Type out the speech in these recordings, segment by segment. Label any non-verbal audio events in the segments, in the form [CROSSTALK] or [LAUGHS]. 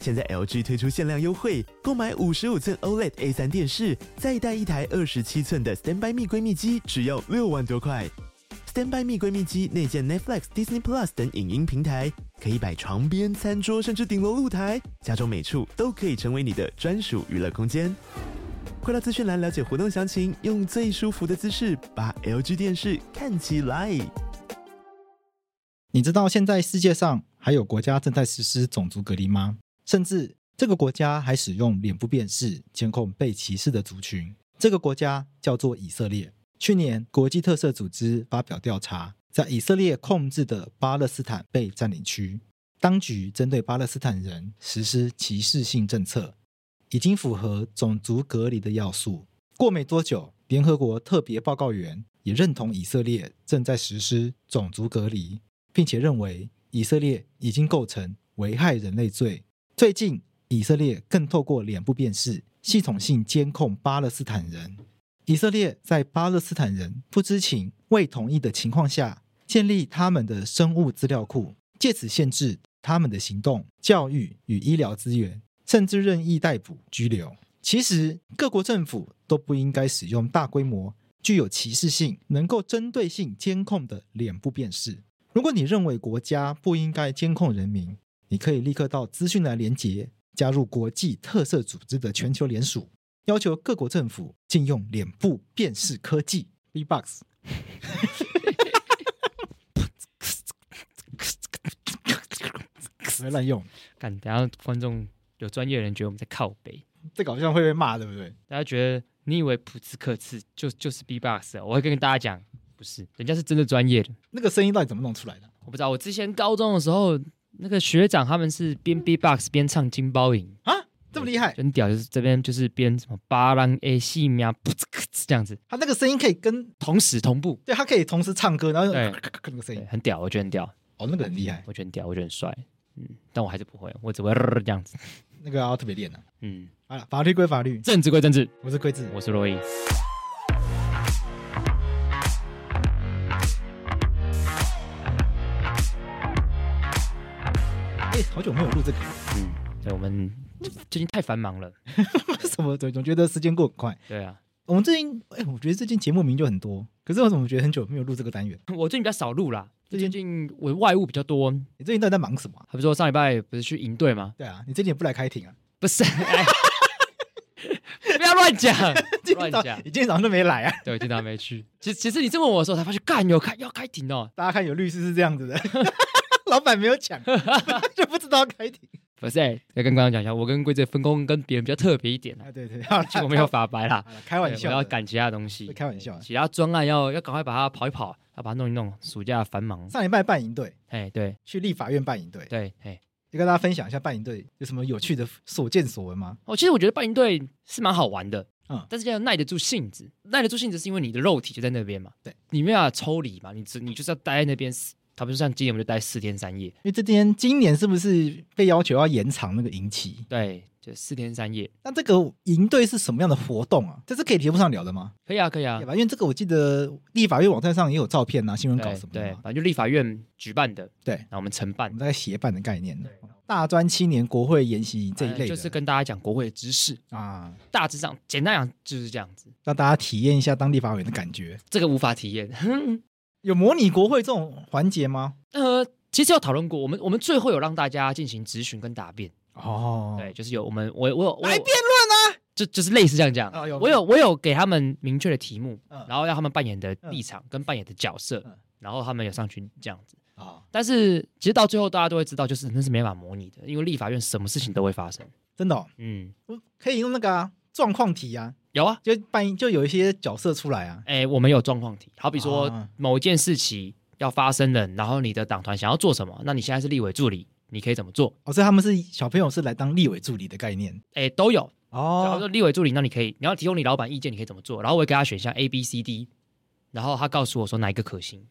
现在 LG 推出限量优惠，购买五十五寸 OLED A 3电视，再带一台二十七寸的 Standby 蜜闺蜜机，只要六万多块。Standby 蜜闺蜜机内建 Netflix、Disney Plus 等影音平台，可以摆床边、餐桌，甚至顶楼露台，家中每处都可以成为你的专属娱乐空间。快到资讯栏了解活动详情，用最舒服的姿势把 LG 电视看起来。你知道现在世界上还有国家正在实施种族隔离吗？甚至这个国家还使用脸部辨识监控被歧视的族群。这个国家叫做以色列。去年，国际特赦组织发表调查，在以色列控制的巴勒斯坦被占领区，当局针对巴勒斯坦人实施歧视性政策，已经符合种族隔离的要素。过没多久，联合国特别报告员也认同以色列正在实施种族隔离，并且认为以色列已经构成危害人类罪。最近，以色列更透过脸部辨识系统性监控巴勒斯坦人。以色列在巴勒斯坦人不知情、未同意的情况下，建立他们的生物资料库，借此限制他们的行动、教育与医疗资源，甚至任意逮捕、拘留。其实，各国政府都不应该使用大规模、具有歧视性、能够针对性监控的脸部辨识。如果你认为国家不应该监控人民，你可以立刻到资讯栏连结，加入国际特色组织的全球联署。要求各国政府禁用脸部辨识科技。B box，别滥用，看，等下观众有专业人觉得我们在靠北，这个好像会被骂，对不对？大家觉得你以为普兹克茨就就是 B-box？、我会哦跟大家讲，不是，人家是真的专业的。那个声音到底怎么弄出来的？我不知道，我之前高中的时候，那个学长他们是边 B-box 边唱金包银，啊这么厉害，很屌，就是这边就是边什么巴郎 A 戏喵，噗呲噗呲这样子，他那个声音可以跟，同时同步，对，他可以同时唱歌，然后 [LAUGHS] 对那个声对，音，很屌，我觉得很屌，哦，那个很厉害，我觉得很屌，我觉得很帅，嗯，但我还是不会，我只会呃这样子，那个要特别练的。嗯，好了，法律归法律，政治归政治，我是龟子，我是罗伊。哎，好久没有录这个， [LAUGHS] 嗯，对，我们最近太繁忙了。为什么总总觉得时间过很快？对啊，我们最近，哎，我觉得最近节目名就很多，可是我怎么觉得很久没有录这个单元？ [LAUGHS] 我最近比较少录啦，最最近近我外务比较多。你最近到底在忙什么啊、他不是说上礼拜不是去营队吗？对啊，你最近也不来开庭啊？ [LAUGHS] 不是，哎 [LAUGHS] 不要乱讲，今天乱早讲。你今天早上都没来啊？对，经常没去。其实其实你这么问我的时候，我才发现干有开要开庭哦。大家看有律师是这样子 [LAUGHS] 的，老板没有抢， [LAUGHS] 就不知道开庭不是，哎要跟观众讲一下，我跟贵子分工跟别人比较特别一点啊，啊？对对， [LAUGHS] 好啦结果没有发白啦。好啦开对玩我笑要的，赶其他东西是。开玩笑的。其他专案要要赶快把它跑一跑，要把它弄一弄。暑假繁忙，上礼拜办营队，哎，对去立法院办营队，对，哎，也跟大家分享一下办营队有什么有趣的所见所闻吗？哦，其实我觉得办营队是蛮好玩的，嗯嗯，但是要耐得住性子，耐得住性子是因为你的肉体就在那边嘛，对，你没有办法抽离嘛，你只你就是要待在那边，他不是像今年我们就待四天三夜，因为这边今年是不是被要求要延长那个营期？对，就四天三夜，那这个营队是什么样的活动啊？这是可以节目上聊的吗？可以啊，可以啊对，吧？因为这个我记得立法院网站上也有照片啊，新闻稿对什么的对，嘛。反正就立法院举办的，对然后我们承我办们大概协办的概念呢。大专七年国会研习这一类的，呃就是跟大家讲国会的知识，啊，大致上简单讲就是这样子，让大家体验一下当地法委员的感觉。这个无法体验， [LAUGHS] 有模拟国会这种环节吗？呃。其实有讨论过，我们我们最后有让大家进行质询跟答辩，哦，对，就是有我们我我有我来有辩论啊！就就是类似这样讲，哦有我有我有给他们明确的题目，嗯然后要他们扮演的立场跟扮演的角色，嗯然后他们有上去这样子。啊，但是其实到最后大家都会知道，就是那是没办法模拟的，因为立法院什么事情都会发生。真的、哦，嗯，我可以用那个啊状况题啊，有啊，就扮就有一些角色出来啊。哎、我们有状况题，好比说啊某一件事情要发生了，然后你的党团想要做什么，那你现在是立委助理，你可以怎么做？哦，所以他们是小朋友是来当立委助理的概念哎、都有，假如哦说立委助理，那你可以，你要提供你老板意见，你可以怎么做？然后我会给他选项 A、B、C、D，然后他告诉我说哪一个可行，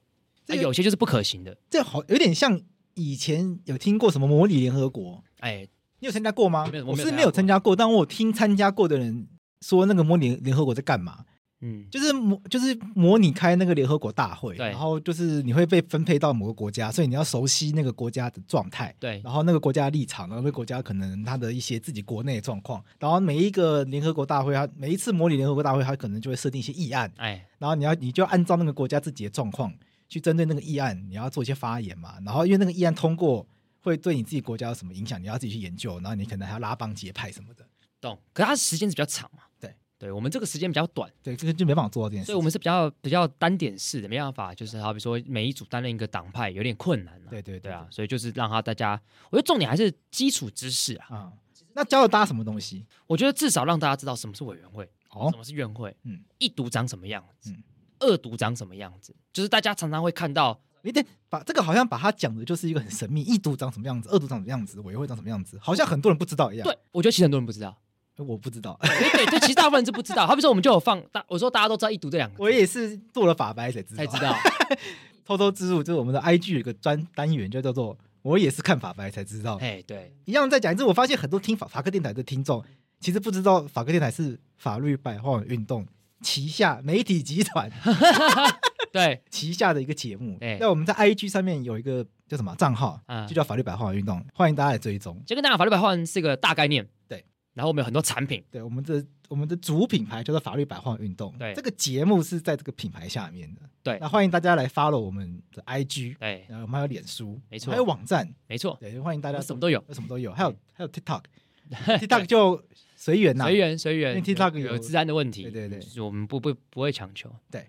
那这个有些就是不可行的。这好有点像以前有听过什么模拟联合国，哎，你有参加过吗？没有我我没有是参没加有过参加过，但我有听参加过的人说，那个模拟联合国在干嘛？嗯，就是模就是模拟开那个联合国大会，对然后就是你会被分配到某个国家，所以你要熟悉那个国家的状态。对，然后那个国家的立场，然后那个国家可能它的一些自己国内的状况，然后每一个联合国大会，它每一次模拟联合国大会，它可能就会设定一些议案，哎，然后你要你就按照那个国家自己的状况去针对那个议案，你要做一些发言嘛。然后因为那个议案通过会对你自己国家有什么影响，你要自己去研究，然后你可能还要拉帮结派什么的。懂。可是他时间是比较长嘛？对，对我们这个时间比较短，对，这个就没办法做到这件事情。所以我们是比较比较单点式的，没办法，就是好比说每一组担任一个党派有点困难、啊。对对对啊，，所以就是让他大家，我觉得重点还是基础知识啊。啊、那教了大家什么东西？我觉得至少让大家知道什么是委员会，哦什，么是院会，嗯嗯，一读长什么样子，嗯二读长什么样子，就是大家常常会看到，你得把这个好像把它讲的就是一个很神秘，一读长什么样子，二读长什么样子，委员会长什么样子，好像很多人不知道一样。对我觉得其实很多人不知 [LAUGHS] 道，对，我不知道，对对，对其实大部分人是不知道。好比说我们就有放大，我说大家都知道一读这两个字我也是做了法白才知道。才知道，偷偷之入，就是我们的 IG 有一个专单元，就叫做“我也是看法白才知道”。哎，对，一样再讲一次，我发现很多听法法克电台的听众，其实不知道法克电台是法律白话文运动旗下媒体集 [LAUGHS] 团 [LAUGHS] 对，旗下的一个节目。哎那我们在 IG 上面有一个叫什么账号，嗯就叫法律白话文运动，欢迎大家来追踪。就跟大家法律白话文是一个大概念，对，然后我们有很多产品，对，我们的我们的主品牌叫做法律白话文运动。对这个节目是在这个品牌下面的。对那欢迎大家来 follow 我们的 IG，对，然后我们还有脸书，没错还有网站，哎没错，对，欢迎大我家们什么都有，什么都有，还有还有 [LAUGHS] TikTok，TikTok 就随缘呐随。缘随因为缘 TikTok 有有治安的问题，对对对就是我们不不不会强求，对。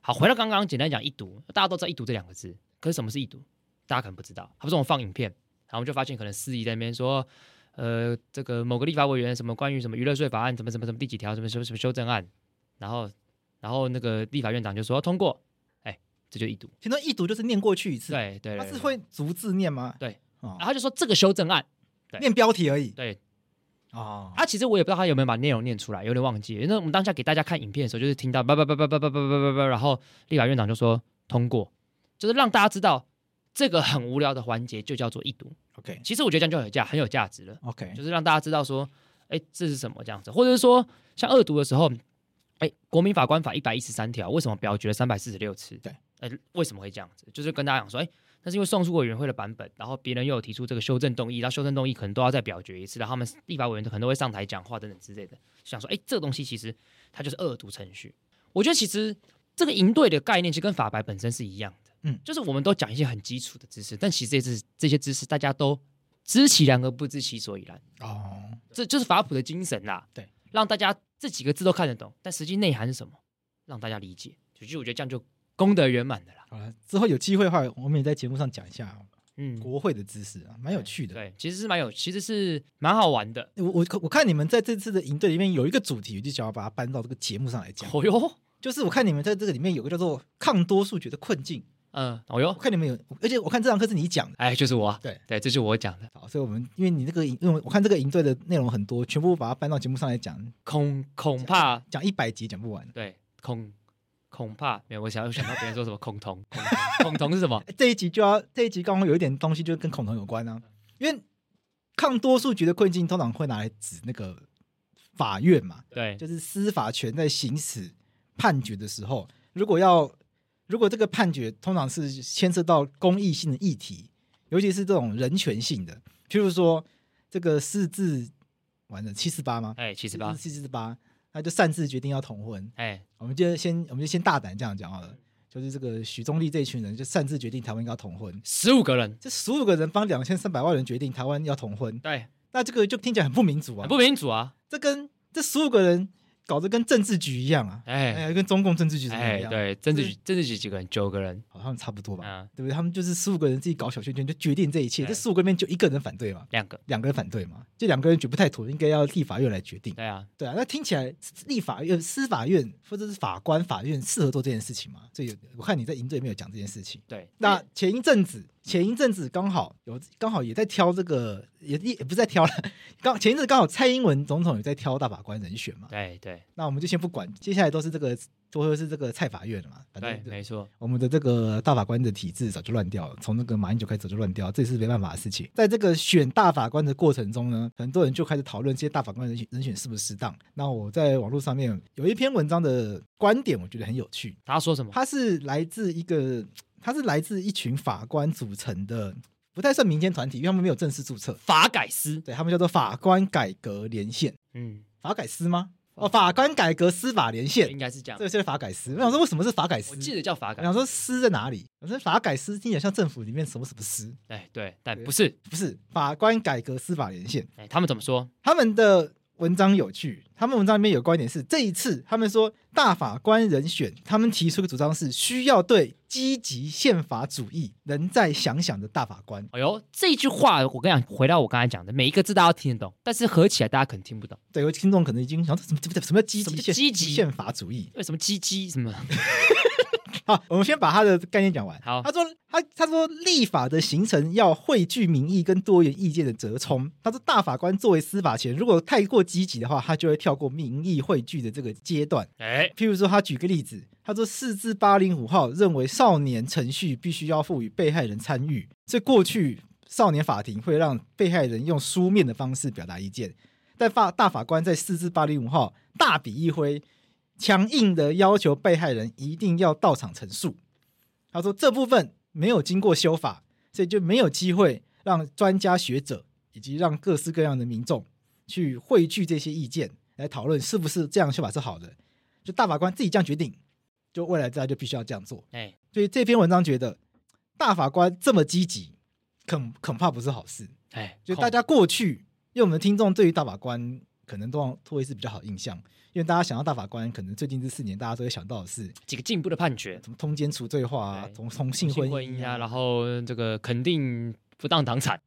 好，回到刚刚简单讲一读，大家都知道一读这两个字，可是什么是一读？大家可能不知道。好比说我们放影片，然后我们就发现可能司仪在那边说，呃，这个某个立法委员什么关于什么娱乐税法案什么什么什么第几条什么什么什么修正案，然后然后那个立法院长就说通过，哎，这就一读。其中一读就是念过去一次，对对他对，是对，会逐字念吗？对哦，然后他就说这个修正案，对念标题而已。对，哦，他、其实我也不知道他有没有把内容念出来，有点忘记。因为我们当下给大家看影片的时候，就是听到叭叭叭叭叭叭叭叭叭叭，然后立法院长就说通过，就是让大家知道这个很无聊的环节就叫做一读。 OK 其实我觉得这样就很有价，很有价值了， OK，就是让大家知道说，哎，这是什么这样子，或者是说像恶读的时候，哎，国民法官法一百一十三条为什么表决了三百四十六次？对，哎，为什么会这样子？就是跟大家讲说，哎。那是因为上诉委员会的版本，然后别人又有提出这个修正动议，然后修正动议可能都要再表决一次，然后他们立法委员可能都会上台讲话等等之类的，想说，哎，这个东西其实它就是恶读程序。我觉得其实这个营队的概念其实跟法白本身是一样的，嗯就是我们都讲一些很基础的知识，但其实这些知这些知识大家都知其然而不知其所以然，哦，这就是法普的精神啦。对，让大家这几个字都看得懂，但实际内涵是什么，让大家理解。其实我觉得这样就功德圆满的啦。好了，之后有机会的话，我们也在节目上讲一下嗯，国会的知识啊，蛮有趣的。对，其实是蛮有，其实是蛮好玩的。我我我看你们在这次的营队里面有一个主题，我就想要把它搬到这个节目上来 [LAUGHS] 讲，哦哟，就是我看你们在这个里面有个叫做抗多数决的困境，嗯，哦我哟，看你们有，而且我看这堂课是你讲的。哎，就是我啊，对对，这是我讲的。好，所以我们因为你那个营，因为我看这个营队的内容很多，全部把它搬到节目上来讲，恐恐怕讲一百集讲不完。对恐恐怕没有，我想要想到别人说什么恐同，恐同恐同是什么？这一集就要这一集刚好有一点东西就跟恐同有关啊，因为抗多数决的困境通常会拿来指那个法院嘛，[LAUGHS] 对，就是司法权在行使判决的时候，如果要如果这个判决通常是牵涉到公益性的议题，尤其是这种人权性的，譬如说这个四字完了七四八吗？哎，七十八，七四八，他就擅自决定要同婚，哎，我们就先我们就先大胆这样讲好了，就是这个许宗力这一群人就擅自决定台湾应该要同婚，十五个人，这十五个人帮两千三百万人决定台湾要同婚，对，那这个就听起来很不民主啊很，不民主啊，这跟这十五个人搞得跟政治局一样啊，哎哎呀，跟中共政治局怎么哎，样？对，政治就是局政治局几个人？九个人，好像差不多吧，啊，对不对？他们就是十五个人自己搞小圈圈就决定这一切，哎这十五个里面就一个人反对嘛，两个，两个人反对嘛，这两个人觉不太妥，应该要立法院来决定。对啊，对啊，那听起来立法院、呃司法院或者是法官、法院适合做这件事情吗？这有我看你在营队没有讲这件事情。对，那前一阵子前一阵子刚好有刚好也在挑这个，也也不是在挑了，刚前一阵子刚好蔡英文总统也在挑大法官人选嘛，对对那我们就先不管，接下来都是这个都会是这个蔡法院了嘛，反对，正没错，我们的这个大法官的体制早就乱掉了，从那个马英九开始早就乱掉了，这也是没办法的事情。在这个选大法官的过程中呢，很多人就开始讨论这些大法官人选人选是不是适当。那我在网络上面有一篇文章的观点，我觉得很有趣，他说什么？它是来自一个，它是来自一群法官组成的，不太算民间团体，因为他们没有正式注册，法改司，对他们叫做法官改革连线，嗯，法改司吗？哦，法官改革司法连线应，该是这样这。个就是法改司。我想说，为什么是法改司？我记得叫法我改想，说司在哪里？我说法改司听起来像政府里面什么什么司，哎，对，但对不是，不是法官改革司法连线。哎，他们怎么说？他们的文章有趣，他们文章里面有观点是，这一次他们说大法官人选，他们提出的主张是需要对积极宪法主义人再想想的大法官。哎呦，这一句话，我跟你讲，回到我刚才讲的，每一个字大家都听得懂，但是合起来大家可能听不懂。对，有听众可能已经想说什么什么什么叫积什么极叫宪积极宪法主义为什么鸡鸡什么？好，我们先把他的概念讲完。好他说他他说立法的形成要汇聚民意跟多元意见的折冲。他说大法官作为司法前，如果太过积极的话，他就会跳过民意汇聚的这个阶段。哎，譬如说，他举个例子，他说四至八零五号认为少年程序必须要赋予被害人参与，所以过去少年法庭会让被害人用书面的方式表达意见，但法大法官在四至八零五号大笔一挥，强硬的要求被害人一定要到场陈述。他说这部分没有经过修法，所以就没有机会让专家学者以及让各式各样的民众去汇聚这些意见来讨论是不是这样修法是好的。就大法官自己这样决定，就未来大家就必须要这样做。哎，所以这篇文章觉得大法官这么积极，恐恐怕不是好事。哎，就大家过去，因为我们的听众对于大法官可能都都会是比较好印象，因为大家想到大法官，可能最近这四年大家都会想到的是几个进步的判决，什么通奸除罪化啊，对同同性婚姻啊，啊，然后这个肯定不当党产、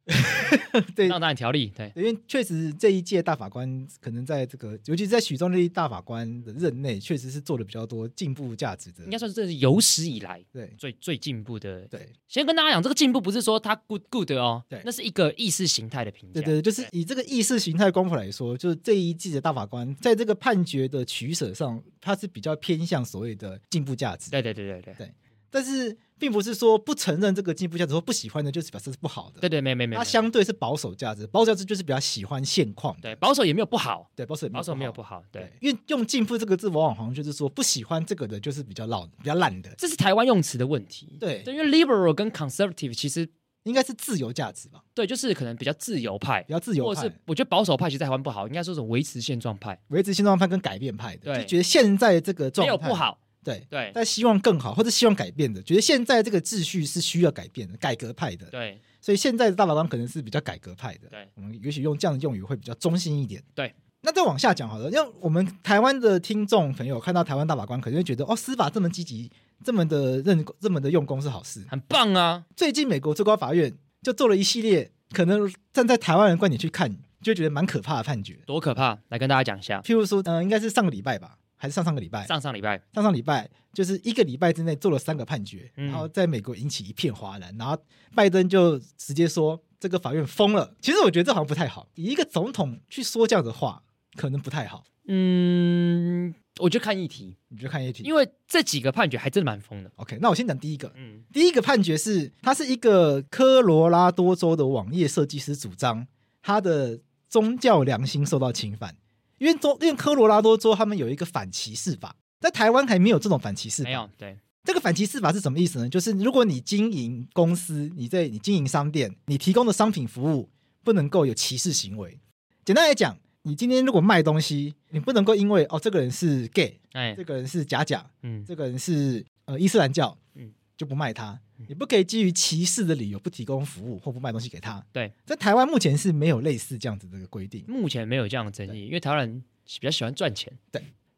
不对。当党条例，对，因为确实这一届大法官可能在这个，尤其是在许宗力大法官的任内，确实是做了比较多进步价值的应。该算是这是有史以来对最最进步的。对先跟大家讲，这个进步不是说它 good good 哦，对那是一个意识形态的评价。对对，对就是以这个意识形态光谱来说，就是这一季的大法官在这个判决的取舍上，他是比较偏向所谓的进步价值。对对对对对对但是并不是说不承认这个进步价值或不喜欢的，就是表示是不好的。对对，没没没，它没相对是保守价值，保守价值就是比较喜欢现况的。对保守也没有不好，对，保守也保守没有不好。好，对，，因为用进步这个字，往往好像就是说不喜欢这个的，就是比较老、比较烂的，这是台湾用词的问题。对对，因为 liberal 跟 conservative 其实应该是自由价值吧，对，就是可能比较自由派比，较自由或者是派。我觉得保守派其实在台湾不好，应该说是维持现状派，维持现状派跟改变派的，对就觉得现在这个没状态有不，好，对，对但希望更好或者希望改变的，觉得现在这个秩序是需要改变的，改革派的，对。所以现在的大法官可能是比较改革派的。对，我们也许用这样的用语会比较中性一点。对，那再往下讲好了，因为我们台湾的听众朋友看到台湾大法官，可能会觉得哦，司法这么积极，这么的认，这么的用功是好事。很棒啊！最近美国最高法院就做了一系列，可能站在台湾人观点去看，就会觉得蛮可怕的判决。多可怕！来跟大家讲一下，譬如说，嗯、应该是上个礼拜吧，还是上上个礼拜？上上礼拜，上上礼拜就是一个礼拜之内做了三个判决，嗯然后在美国引起一片哗然，然后拜登就直接说这个法院疯了。其实我觉得这好像不太好，以一个总统去说这样的话，可能不太好。嗯，我就看议题，你就看一题因为这几个判决还真的蛮疯的。 ，OK，那我先讲第一个。嗯，第一个判决是，它是一个科罗拉多州的网页设计师主张他的宗教良心受到侵犯，因为中因为科罗拉多州他们有一个反歧视法，在台湾还没有这种反歧视法，没有对，这个反歧视法是什么意思呢？就是如果你经营公司，你在你经营商店，你提供的商品服务不能够有歧视行为。简单来讲，你今天如果卖东西，你不能够因为哦这个人是 gay，哎这，个人是假假，嗯，这个人是呃伊斯兰教，嗯就不卖他嗯。你不可以基于歧视的理由不提供服务或不卖东西给他。对，在台湾目前是没有类似这样子的一个规定。目前没有这样的争议，因为台湾人比较喜欢赚钱。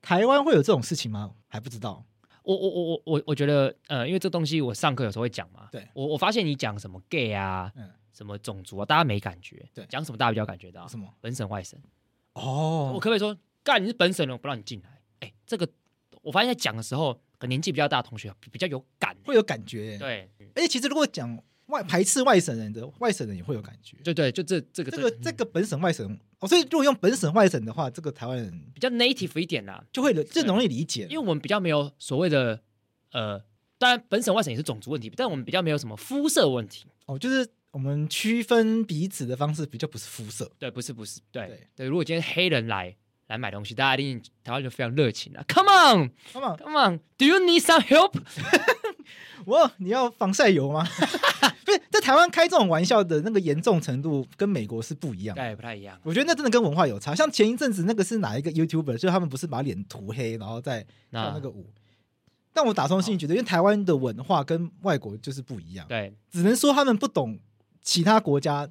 台湾会有这种事情吗？还不知道。我我我我我我觉得，呃，因为这东西我上课有时候会讲嘛，对我我发现你讲什么 gay 啊，嗯，什么种族啊，大家没感觉，对讲什么大家比较感觉到，什么？本省外省，我哦，可不可以说，干你是本省人，我不让你进来？哎，这个我发现在讲的时候，可能年纪比较大的同学比比较有感，会有感觉耶。对，嗯哎而且其实如果讲外排斥外省人的外省人也会有感觉。对对，就这这个这个嗯这个本省外省哦，所以如果用本省外省的话，这个台湾人比较 native 一点啦，就会更容易理解。因为我们比较没有所谓的呃，当然本省外省也是种族问题，但我们比较没有什么肤色问题。哦，就是我们区分彼此的方式比较不是肤色，对，不是不是，对对对如果今天黑人来来买东西，大家一定台湾人非常热情啊，Come on，Come 那么 on，Do you need some help？嗯我你要防晒油吗？ [LAUGHS] 不是，在台湾开这种玩笑的那个严重程度跟美国是不一样的。对，不太一样。我觉得那真的跟文化有差。像前一阵子那个是哪一个 YouTuber，就他们不是把脸涂黑，然后再跳那那个舞。但我打从心里觉得，因为台湾的文化跟外国就是不一样，对只能说他们不懂其他国家。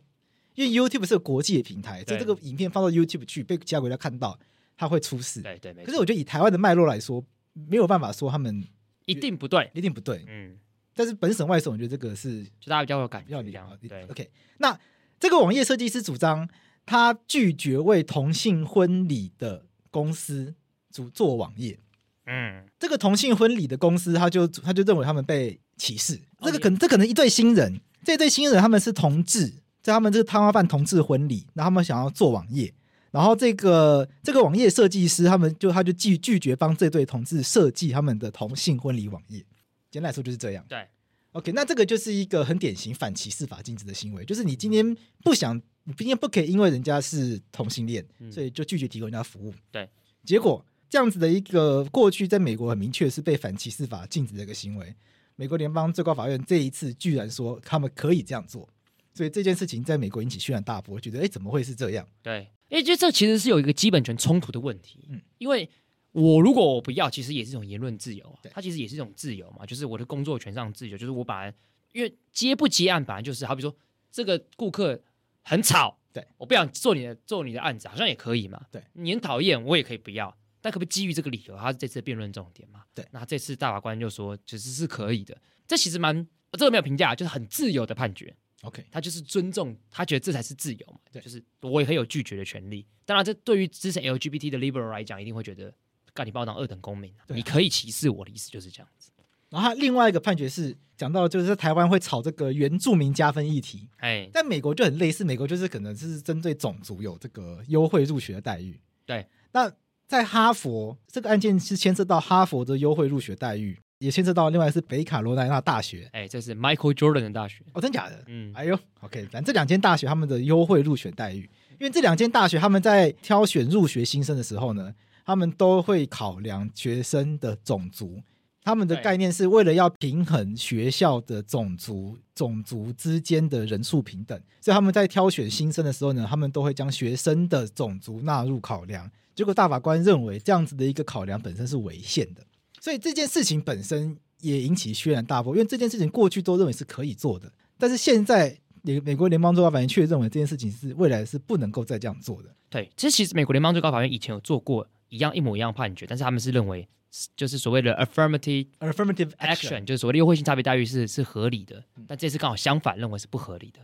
因为 YouTube 是个国际的平台，所以这对个影片放到 YouTube 去被其他国家看到，它会出事。对对，没可错，是我觉得以台湾的脉络来说，没有办法说他们一定不对。一定不对。嗯，但是本省外省，我觉得这个是就大家比较有感比较觉，理这解的样。对啊 OK，那这个网页设计师主张，他拒绝为同性婚礼的公司主做网页。嗯，这个同性婚礼的公司，他就他就认为他们被歧视。哦这个也可能这可能一对新人，这对新人他们是同志，在他们这个他妈办同志婚礼，然后他们想要做网页，然后这个这个网页设计师他们就他就拒拒绝帮这对同志设计他们的同性婚礼网页。简单来说就是这样。对 OK，那这个就是一个很典型反歧视法禁止的行为，就是你今天不想，你今天不可以因为人家是同性恋，嗯所以就拒绝提供人家服务。对，结果这样子的一个过去在美国很明确是被反歧视法禁止的一个行为，美国联邦最高法院这一次居然说他们可以这样做，所以这件事情在美国引起轩然大波，觉得哎怎么会是这样？对，因为就这其实是有一个基本权冲突的问题。嗯嗯，因为我如果我不要，其实也是一种言论自由啊对，它其实也是一种自由嘛，就是我的工作权上的自由，就是我把因为接不接案本来就是，好比说这个顾客很吵，对我不想做你的做你的案子，好像也可以嘛。对，你很讨厌，我也可以不要。但可不可以基于这个理由，它是这次的辩论重点嘛？对那这次大法官就说其实是可以的，这其实蛮我这个没有评价，就是很自由的判决。 OK，他就是尊重，他觉得这才是自由嘛，对就是我也很有拒绝的权利。当然，这对于支持 LGBT 的 liberal 来讲，一定会觉得，干你把我当二等公民啊、对啊你可以歧视我的意思就是这样子。然后他另外一个判决是讲到就是在台湾会炒这个原住民加分议题，哎，但美国就很类似，美国就是可能是针对种族有这个优惠入学的待遇。对，那在哈佛这个案件是牵涉到哈佛的优惠入学待遇，也牵涉到另外是北卡罗来纳大学。哎，这是 Michael Jordan 的大学，哦，真假的？嗯，哎呦，OK，反正这两间大学他们的优惠入学待遇，因为这两间大学他们在挑选入学新生的时候呢，他们都会考量学生的种族。他们的对概念是为了要平衡学校的种族种族之间的人数平等，所以他们在挑选新生的时候呢，他们都会将学生的种族纳入考量。结果大法官认为这样子的一个考量本身是违宪的，所以这件事情本身也引起轩然大波，因为这件事情过去都认为是可以做的，但是现在美美国联邦最高法院却认为这件事情是未来是不能够再这样做的。对，这其实美国联邦最高法院以前有做过一样一模一样判决，但是他们是认为就是所谓的 affirmative Affirmative action， action，就是所谓的嗯优惠性差别待遇是是合理的，但这次刚好相反，认为是不合理的。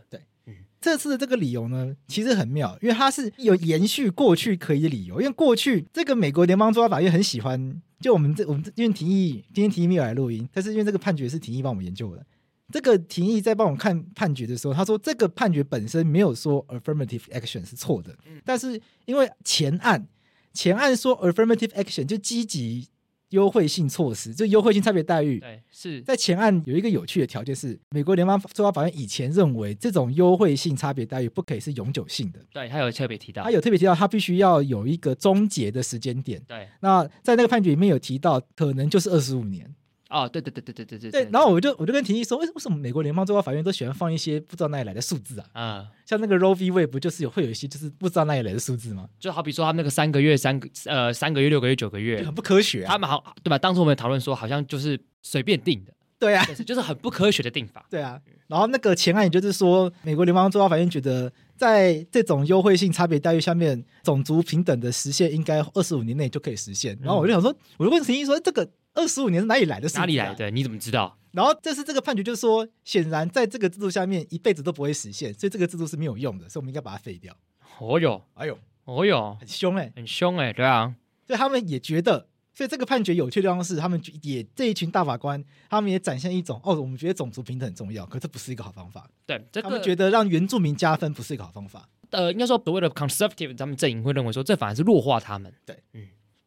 这次的这个理由呢，其实很妙，因为它是有延续过去可疑的理由。因为过去这个美国联邦最高法院很喜欢，就我们这我们这因为廷义今天廷义没有来录音，但是因为这个判决是廷义帮我们研究的。这个廷义在帮我们看判决的时候，他说这个判决本身没有说 affirmative action 是错的，但是因为前案前案说 affirmative action 就积极优惠性措施，就优惠性差别待遇，对，是在前案有一个有趣的条件是，美国联邦最高法院以前认为这种优惠性差别待遇不可以是永久性的，对，他有特别提到他，有特别提到，他必须要有一个终结的时间点。对，那在那个判决里面有提到，可能就是二十五年。哦，对对对对对对对对，然后我就我就跟廷义说，为为什么美国联邦最高法院都喜欢放一些不知道哪里来的数字啊？嗯。像那个 Roe v. Wade 不就是有会有一些就是不知道哪里来的数字吗？就好比说他们那个三个月、三个呃三个月、六个月、九个就月很，不科学啊他！们好对吧？当初我们讨论说，好像就是随便定的，对啊，但是就是很不科学的定法。对啊，然后那个前案也就是说，美国联邦最高法院觉得，在这种优惠性差别待遇下面，种族平等的实现应该二十五年内就可以实嗯现。然后我就想说，我就问陈毅说，这个二十五年是哪里来的、啊哪里来？的？你怎么知道？然后这是这个判决，就是说，显然在这个制度下面，一辈子都不会实现，所以这个制度是没有用的，所以我们应该把它废掉。哦哟，哎呦，哦哟，很凶哎、很凶哎、对啊，所以他们也觉得所以这个判决有趣的地方是，他们也这一群大法官，他们也展现一种哦，我们觉得种族平等很重要，可这不是一个好方法。对，这他们个觉得让原住民加分不是一个好方法。呃，应该说所谓的 conservative，他们阵营会认为说这反而是弱化他们。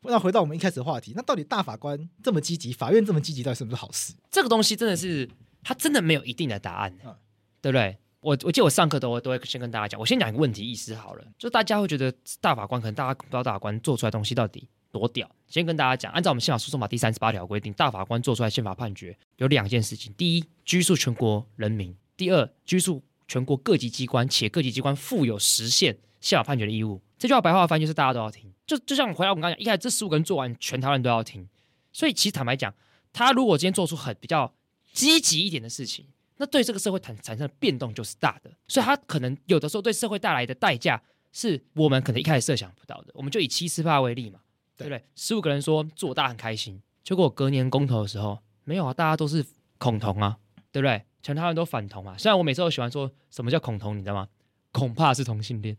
那回到我们一开始的话题，那到底大法官这么积极，法院这么积极，到底是不是好事？这个东西真的是，它真的没有一定的答案、嗯对不对？我我记得我上课都会都会先跟大家讲，我先讲一个问题意识好了，就大家会觉得大法官可能大家不知道大法官做出来的东西到底多屌。先跟大家讲，按照我们宪法诉讼法第三十八条规定，大法官做出来宪法判决有两件事情：第一，拘束全国人民；第二，拘束全国各级机关，且各级机关负有实现宪法判决的义务。这句话白话翻就是大家都要听，就就像回到我们刚刚讲，一开始这十五个人做完，全台湾人都要听。所以其实坦白讲，他如果今天做出很比较积极一点的事情，那对这个社会产产生的变动就是大的，所以他可能有的时候对社会带来的代价是我们可能一开始设想不到的。我们就以七四八为例嘛，对对不对？十五个人说做大很开心，结果隔年公投的时候没有啊，大家都是恐同啊，对不对？全台湾都反同啊。虽然我每次都喜欢说什么叫恐同，你知道吗？恐怕是同性恋，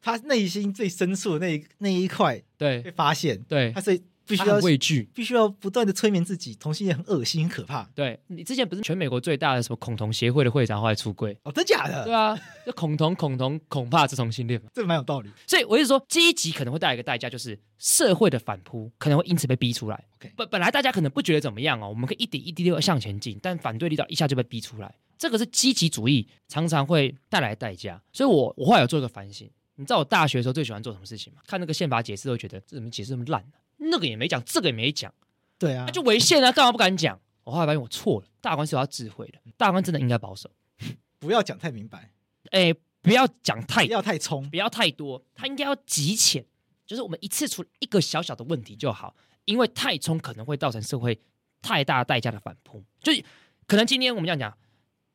他内心最深处的那一那一块被 [LAUGHS] 对发现，对他，所以必须他要很畏惧。必须要不断的催眠自己，同性恋很恶心、很可怕对你之前不是全美国最大的什么恐同协会的会长后来出柜？哦，真假的？对啊，就恐同恐同恐怕是同性恋嘛。这蛮有道理。所以我是说，积极可能会带来一个代价，就是社会的反扑可能会因此被逼出来。 OK 本本来大家可能不觉得怎么样哦，我们可以一点一滴的向前进，但反对力道一下就被逼出来，这个是积极主义常常会带来的代价。所以我我后来有做一个反省，你知道我大学的时候最喜欢做什么事情吗？看那个宪法解释都会觉得这怎么解释这么烂啊那个也没讲，这个也没讲，对啊那，就违宪啊，干嘛不敢讲？我后来发现我错了，大法官是有他智慧的，大法官真的应该保守，不要讲太明白，哎，不要讲太不要太冲。不要太多，它应该要极浅，就是我们一次处理一个小小的问题就好，因为太冲可能会造成社会太大代价的反扑。就是可能今天我们这样讲，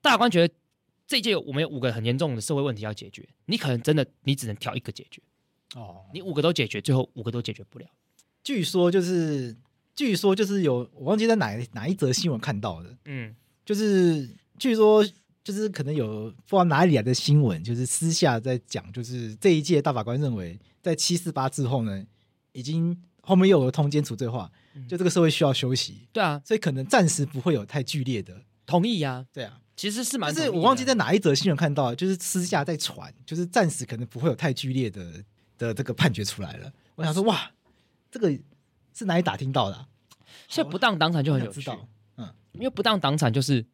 大法官觉得这一届我们有五个很严重的社会问题要解决，你可能真的你只能挑一个解决，哎哦，你五个都解决，最后五个都解决不了。据说就是，据说就是有，我忘记在哪哪一则新闻看到的，嗯，就是据说就是可能有不知道哪里来的新闻，就是私下在讲，就是这一届大法官认为，在七四八之后呢，已经后面又有通奸除罪化嗯，就这个社会需要休息，对啊，所以可能暂时不会有太剧烈的，同意啊，对啊。其实是蛮但是同意的，我忘记在哪一则新闻看到，就是私下在传，就是暂时可能不会有太剧烈的的这个判决出来了。我想说，哇，这个是哪里打听到的啊、所以不当党产就我很想有知趣，道，因为不当党产就是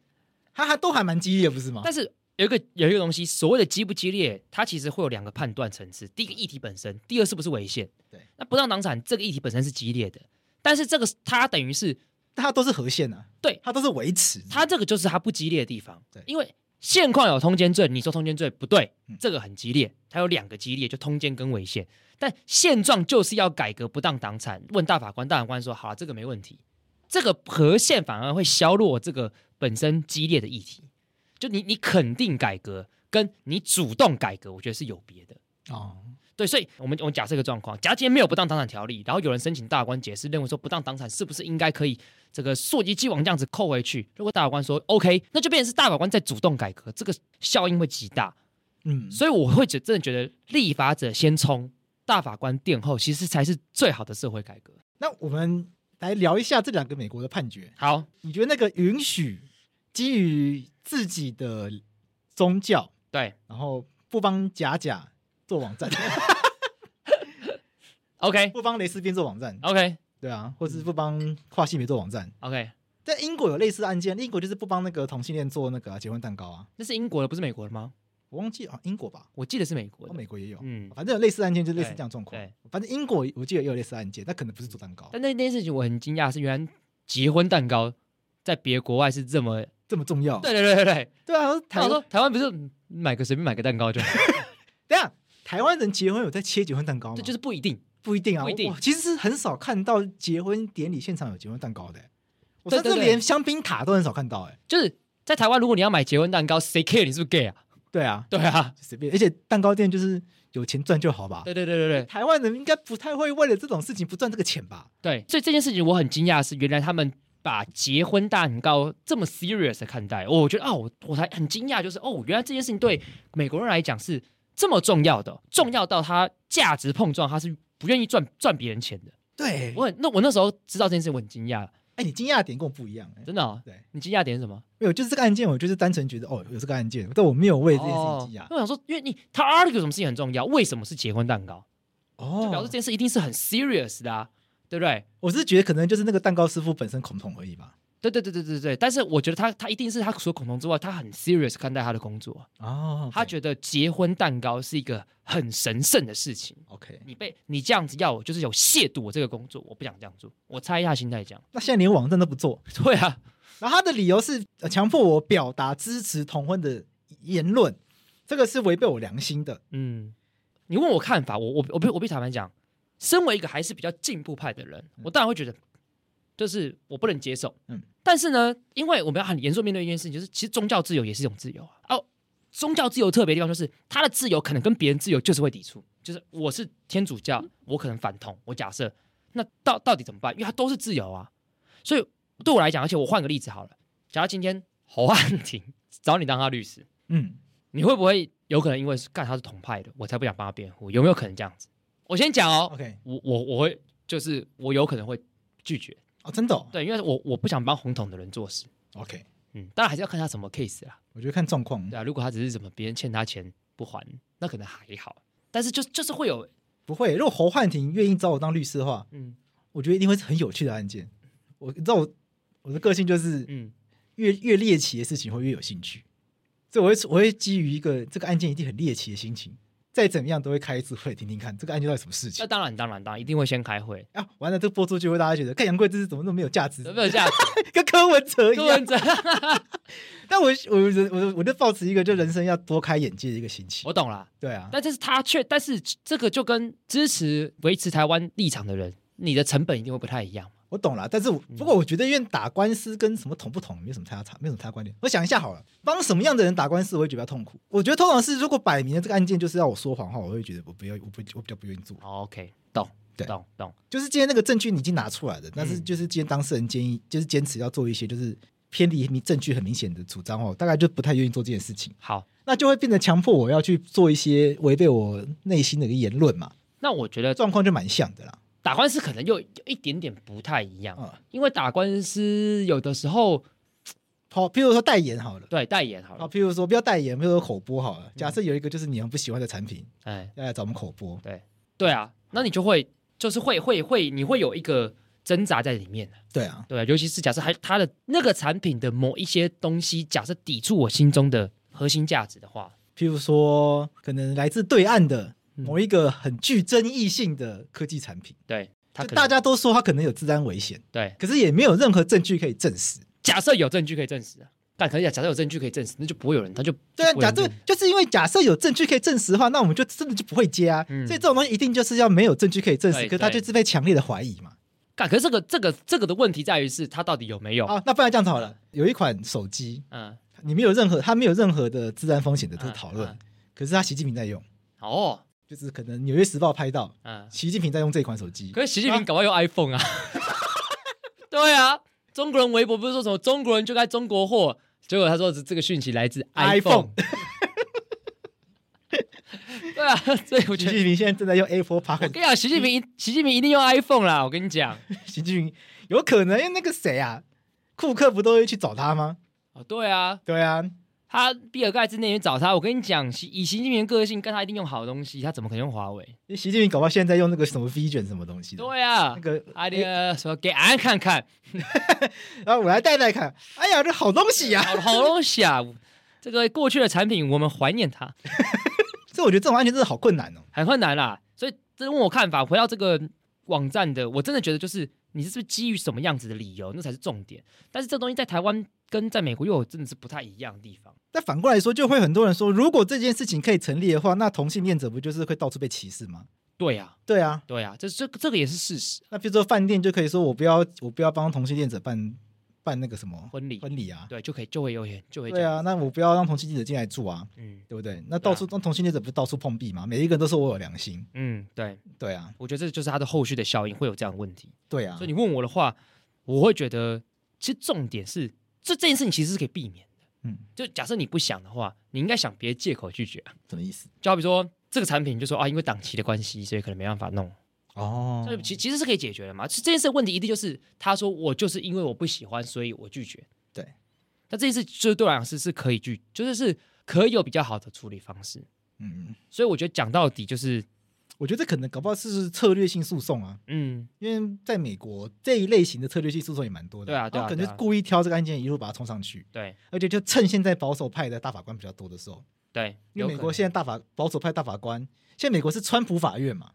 他还都还蛮激烈，不是吗？但是有一个有一个东西，所谓的激不激烈，它其实会有两个判断层次：第一个议题本身，第二是不是违宪。对，那不当党产这个议题本身是激烈的，但是这个它等于是但他都是和宪啊，对他都是维持，它这个就是它不激烈的地方。对因为现况有通奸罪，你说通奸罪不对嗯，这个很激烈，它有两个激烈，就通奸跟违宪。但现状就是要改革不当党产，问大法官，大法官说好了，这个没问题。这个和宪反而会削弱这个本身激烈的议题。就你你肯定改革，跟你主动改革，我觉得是有别的。哦，对，所以我们我们假设一个状况，假如今天没有不当党产条例，然后有人申请大法官解释，认为说不当党产是不是应该可以这个溯及既往这样子扣回去？如果大法官说 OK，那就变成是大法官在主动改革，这个效应会极大。嗯，所以我会觉真的觉得立法者先冲，大法官殿后，其实才是最好的社会改革。那我们来聊一下这两个美国的判决。好，你觉得那个允许基于自己的宗教，对然后不帮假假做网 [LAUGHS] 站， ，OK 不帮蕾丝边做网站， OK 对啊，或是不帮跨性别做网站， OK，在英国有类似的案件，英国就是不帮那个同性恋做那个啊、结婚蛋糕啊，那是英国的，不是美国的吗？我忘记啊，英国吧，我记得是美国哦，的。美国也有，嗯反正有类似案件，就类似这样的状况对。反正英国我记得也有类似案件，但可能不是做蛋糕但那那件事情我很惊讶，是原来结婚蛋糕在别国外是这么……这么重要。对对对对对。对啊，台他湾说台湾不是嗯买个随便买个蛋糕就好，等一下台湾人结婚有在切结婚蛋糕吗？这 [LAUGHS] 就是不一定。不一定啊，不一定我其实是很少看到结婚典礼现场有结婚蛋糕的、欸我对甚至对对连香槟塔都很少看到哎、就是在台湾，如果你要买结婚蛋糕，谁 care 你是不是 gay 啊？对啊，对啊，随便，而且蛋糕店就是有钱赚就好吧。对对对对对台湾人应该不太会为了这种事情不赚这个钱吧？对，所以这件事情我很惊讶，是原来他们把结婚蛋糕这么 serious 的看待。哦我觉得哦，我我才很惊讶，就是哦，原来这件事情对美国人来讲是这么重要的，重要到他价值碰撞，他是不愿意赚赚别人钱的。对，我很那我那时候知道这件事，我很惊讶，哎，你惊讶的点跟我不一样、哎真的、哦。对，你惊讶点是什么？没有，就是这个案件，我就是单纯觉得哦，有这个案件，但我没有为这件事哦情啊惊讶。因为我想说，因为你他 argue 什么事情很重要，为什么是结婚蛋糕？哦，就表示这件事一定是很 serious 的啊，对不对？我是觉得可能就是那个蛋糕师傅本身恐同而已吧。对对对对对对对，但是我觉得他他一定是他除了恐同之外，他很 serious 看待他的工作，哦他觉得结婚蛋糕是一个很神圣的事情。 OK。你被你这样子要我，就是有亵渎我这个工作，我不想这样做。我猜一下心态这样。 [LAUGHS] 那现在连网站都不做，对啊，然后他的理由是呃强迫我表达支持同婚的言论，这个是违背我良心的。嗯，你问我看法，我我我必我必坦白讲，身为一个还是比较进步派的人，我当然会觉得，就是我不能接受。嗯嗯，但是呢，因为我们要很严肃面对一件事情，就是其实宗教自由也是一种自由啊。哦，宗教自由特别的地方就是，他的自由可能跟别人自由就是会抵触，就是我是天主教，我可能反同，我假设那到到底怎么办？因为它都是自由啊，所以对我来讲，而且我换个例子好了，假如今天侯汉廷 [LAUGHS] 找你当他律师，嗯，你会不会有可能因为是干他是同派的，我才不想帮他辩护？有没有可能这样子？我先讲哦 OK 我我我会就是我有可能会拒绝，哦，真的、哦、对，因为我我不想帮红统的人做事。 OK。嗯，当然还是要看他什么 case 啦，我觉得看状况对啊，如果他只是什么别人欠他钱不还，那可能还好，但是就就是会有，不会。如果侯汉廷愿意找我当律师的话，嗯我觉得一定会是很有趣的案件。我你知道我我的个性就是嗯，越越猎奇的事情会越有兴趣，所以我会我会基于一个这个案件一定很猎奇的心情，再怎么样都会开一次会听听看这个案件到底什么事情那。当然当然当然一定会先开会，啊，完了，这播出去会大家觉得看杨贵这是怎么那么没有价值有，没有这样子？跟柯文哲一柯文样。哲， [LAUGHS] 但我我我我就抱持一个就人生要多开眼界的一个心情我。懂啦，对啊，但这是他却，但是这个就跟支持维持台湾立场的人，你的成本一定会不太一样嘛。我懂了。但是我嗯不过我觉得，因为打官司跟什么同不同没有什么太大差，没有什么太大关联。我想一下好了，帮什么样的人打官司，我会觉得比较痛苦。我觉得通常是如果摆明了这个案件就是要我说谎的话，我会觉得我不要，我不我比较不愿意做。哦 OK，懂，对懂，懂。就是今天那个证据你已经拿出来了，但嗯是就是今天当事人建议，就是坚持要做一些就是偏离证据很明显的主张哦，大概就不太愿意做这件事情。好，那就会变得强迫我要去做一些违背我内心的一个言论嘛，那我觉得状况就蛮像的啦。打官司可能又有一点点不太一样，啊、因为打官司有的时候好，譬如说代言好了，对代言好嗯好，了，譬如说不要代言，譬如说口播好了。假设有一个就是你很不喜欢的产品，哎，要来找我们口播，对对啊，那你就会就是会会会，你会有一个挣扎在里面，对啊，对啊，尤其是假设还它的那个产品的某一些东西，假设抵触我心中的核心价值的话，譬如说可能来自对岸的嗯某一个很具争议性的科技产品，对它就可能大家都说它可能有治安危险，对可是也没有任何证据可以证实。假设有证据可以证实啊，但可以假设有证据可以证实，那就不会有人，他就对啊，就不会假有人设就是因为假设有证据可以证实的话，那我们就真的就不会接啊。嗯所以这种东西一定就是要没有证据可以证实，对可是它对就是被强烈的怀疑嘛。干，可是这个这个这个的问题在于是它到底有没有？啊，那不然这样子好了，有一款手机，嗯，你没有任何它没有任何的治安风险的这个讨论，嗯嗯可是它习近平在用，哦，就是可能《纽约时报》拍到嗯，习近平在用这款手机，可是习近平搞不好用 iPhone 啊， [LAUGHS] 对啊，中国人微博不是说什么中国人就该中国货，结果他说这这个讯息来自 iPhone [LAUGHS] 对啊，所以我习觉得。近平现在正在用 Apple 我 Park，跟你讲，习近平一习近平一定用 iPhone 啦！我跟你讲，习近平有可能因为那个谁啊，库克不都会去找他吗？哦，对啊，对啊，他比尔盖茨那天找他，我跟你讲，习以习近平的个性，跟他一定用好东西，他怎么可能用华为？因为习近平搞不好现在在用那个什么 V 卷什么东西的，对啊那，个他那个说给俺看看，然啊后我来带带看，哎呀，这好东西呀、好好东西啊！这个过去的产品，我们怀念它，所以我觉得这种安全真的好困难哦。很困难啦。所以，这问我看法，回到这个网站的，我真的觉得就是你是不是基于什么样子的理由，那才是重点。但是这东西在台湾跟在美国又有真的是不太一样的地方。但反过来说，就会很多人说，如果这件事情可以成立的话，那同性恋者不就是会到处被歧视吗？对呀、对啊，对呀、这这这个也是事实。那比如说饭店就可以说我不要，我不要帮同性恋者办办那个什么婚礼婚礼啊，对，就可以就会有点就会这对样。啊，那我不要让同性恋者进来住啊，嗯对不对？那到处让、同性恋者不是到处碰壁吗？每一个人都说我有良心，嗯，对，对啊，我觉得这就是它的后续的效应会有这样的问题。对啊所以，你问我的话，我会觉得其实重点是这这件事情其实是可以避免的。嗯，就假设你不想的话，你应该想别的借口拒绝啊。什么意思？就好比说这个产品，就说啊，因为档期的关系，所以可能没办法弄。哦这其其实是可以解决的嘛。其实这件事的问题一定就是他说我就是因为我不喜欢，所以我拒绝。对，那这件事就是对我来讲是是可以拒，就是是可以有比较好的处理方式。嗯，嗯所以我觉得讲到底就是，我觉得这可能搞不好是策略性诉讼啊，嗯，因为在美国这一类型的策略性诉讼也蛮多的，对啊对啊他们可能对就啊是故意挑这个案件一路把它冲上去，对而且就趁现在保守派的大法官比较多的时候，对，因有为美可国能现在大法保守派大法官，现在美国是川普法院嘛，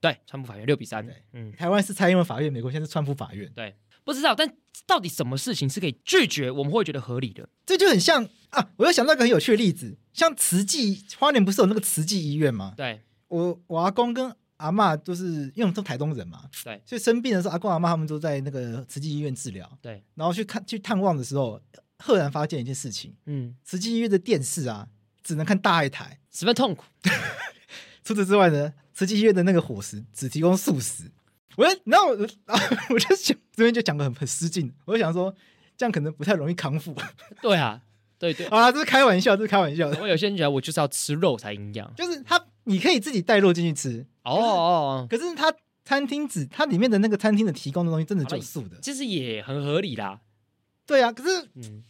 对川普法院六比三对，嗯，台湾是蔡英文法院，美国现在是川普法院，对，不知道，但到底什么事情是可以拒绝，我们会觉得合理的？这就很像啊！我又想到一个很有趣的例子，像慈济花莲不是有那个慈济医院吗？对我我阿公跟阿嬷就是因为我们都台东人嘛，对所以生病的时候，阿公阿嬷他们都在那个慈济医院治疗，对，然后去看去探望的时候，赫然发现一件事情：嗯，慈济医院的电视啊，只能看大爱台。十分痛苦。除此之外呢，慈济医院的那个伙食只提供素食。我就，然后我就 [LAUGHS] 我就想这边就讲的很很失敬，我就想说这样可能不太容易康复。对啊，对对， [LAUGHS] 好啦，这是开玩笑，这是开玩笑。我有些人觉得我就是要吃肉才营养。就是它你可以自己带肉进去吃，哦哦，可是它餐厅只它里面的那个餐厅的提供的东西真的就是素的哦，其实也很合理啦。对啊。可是嗯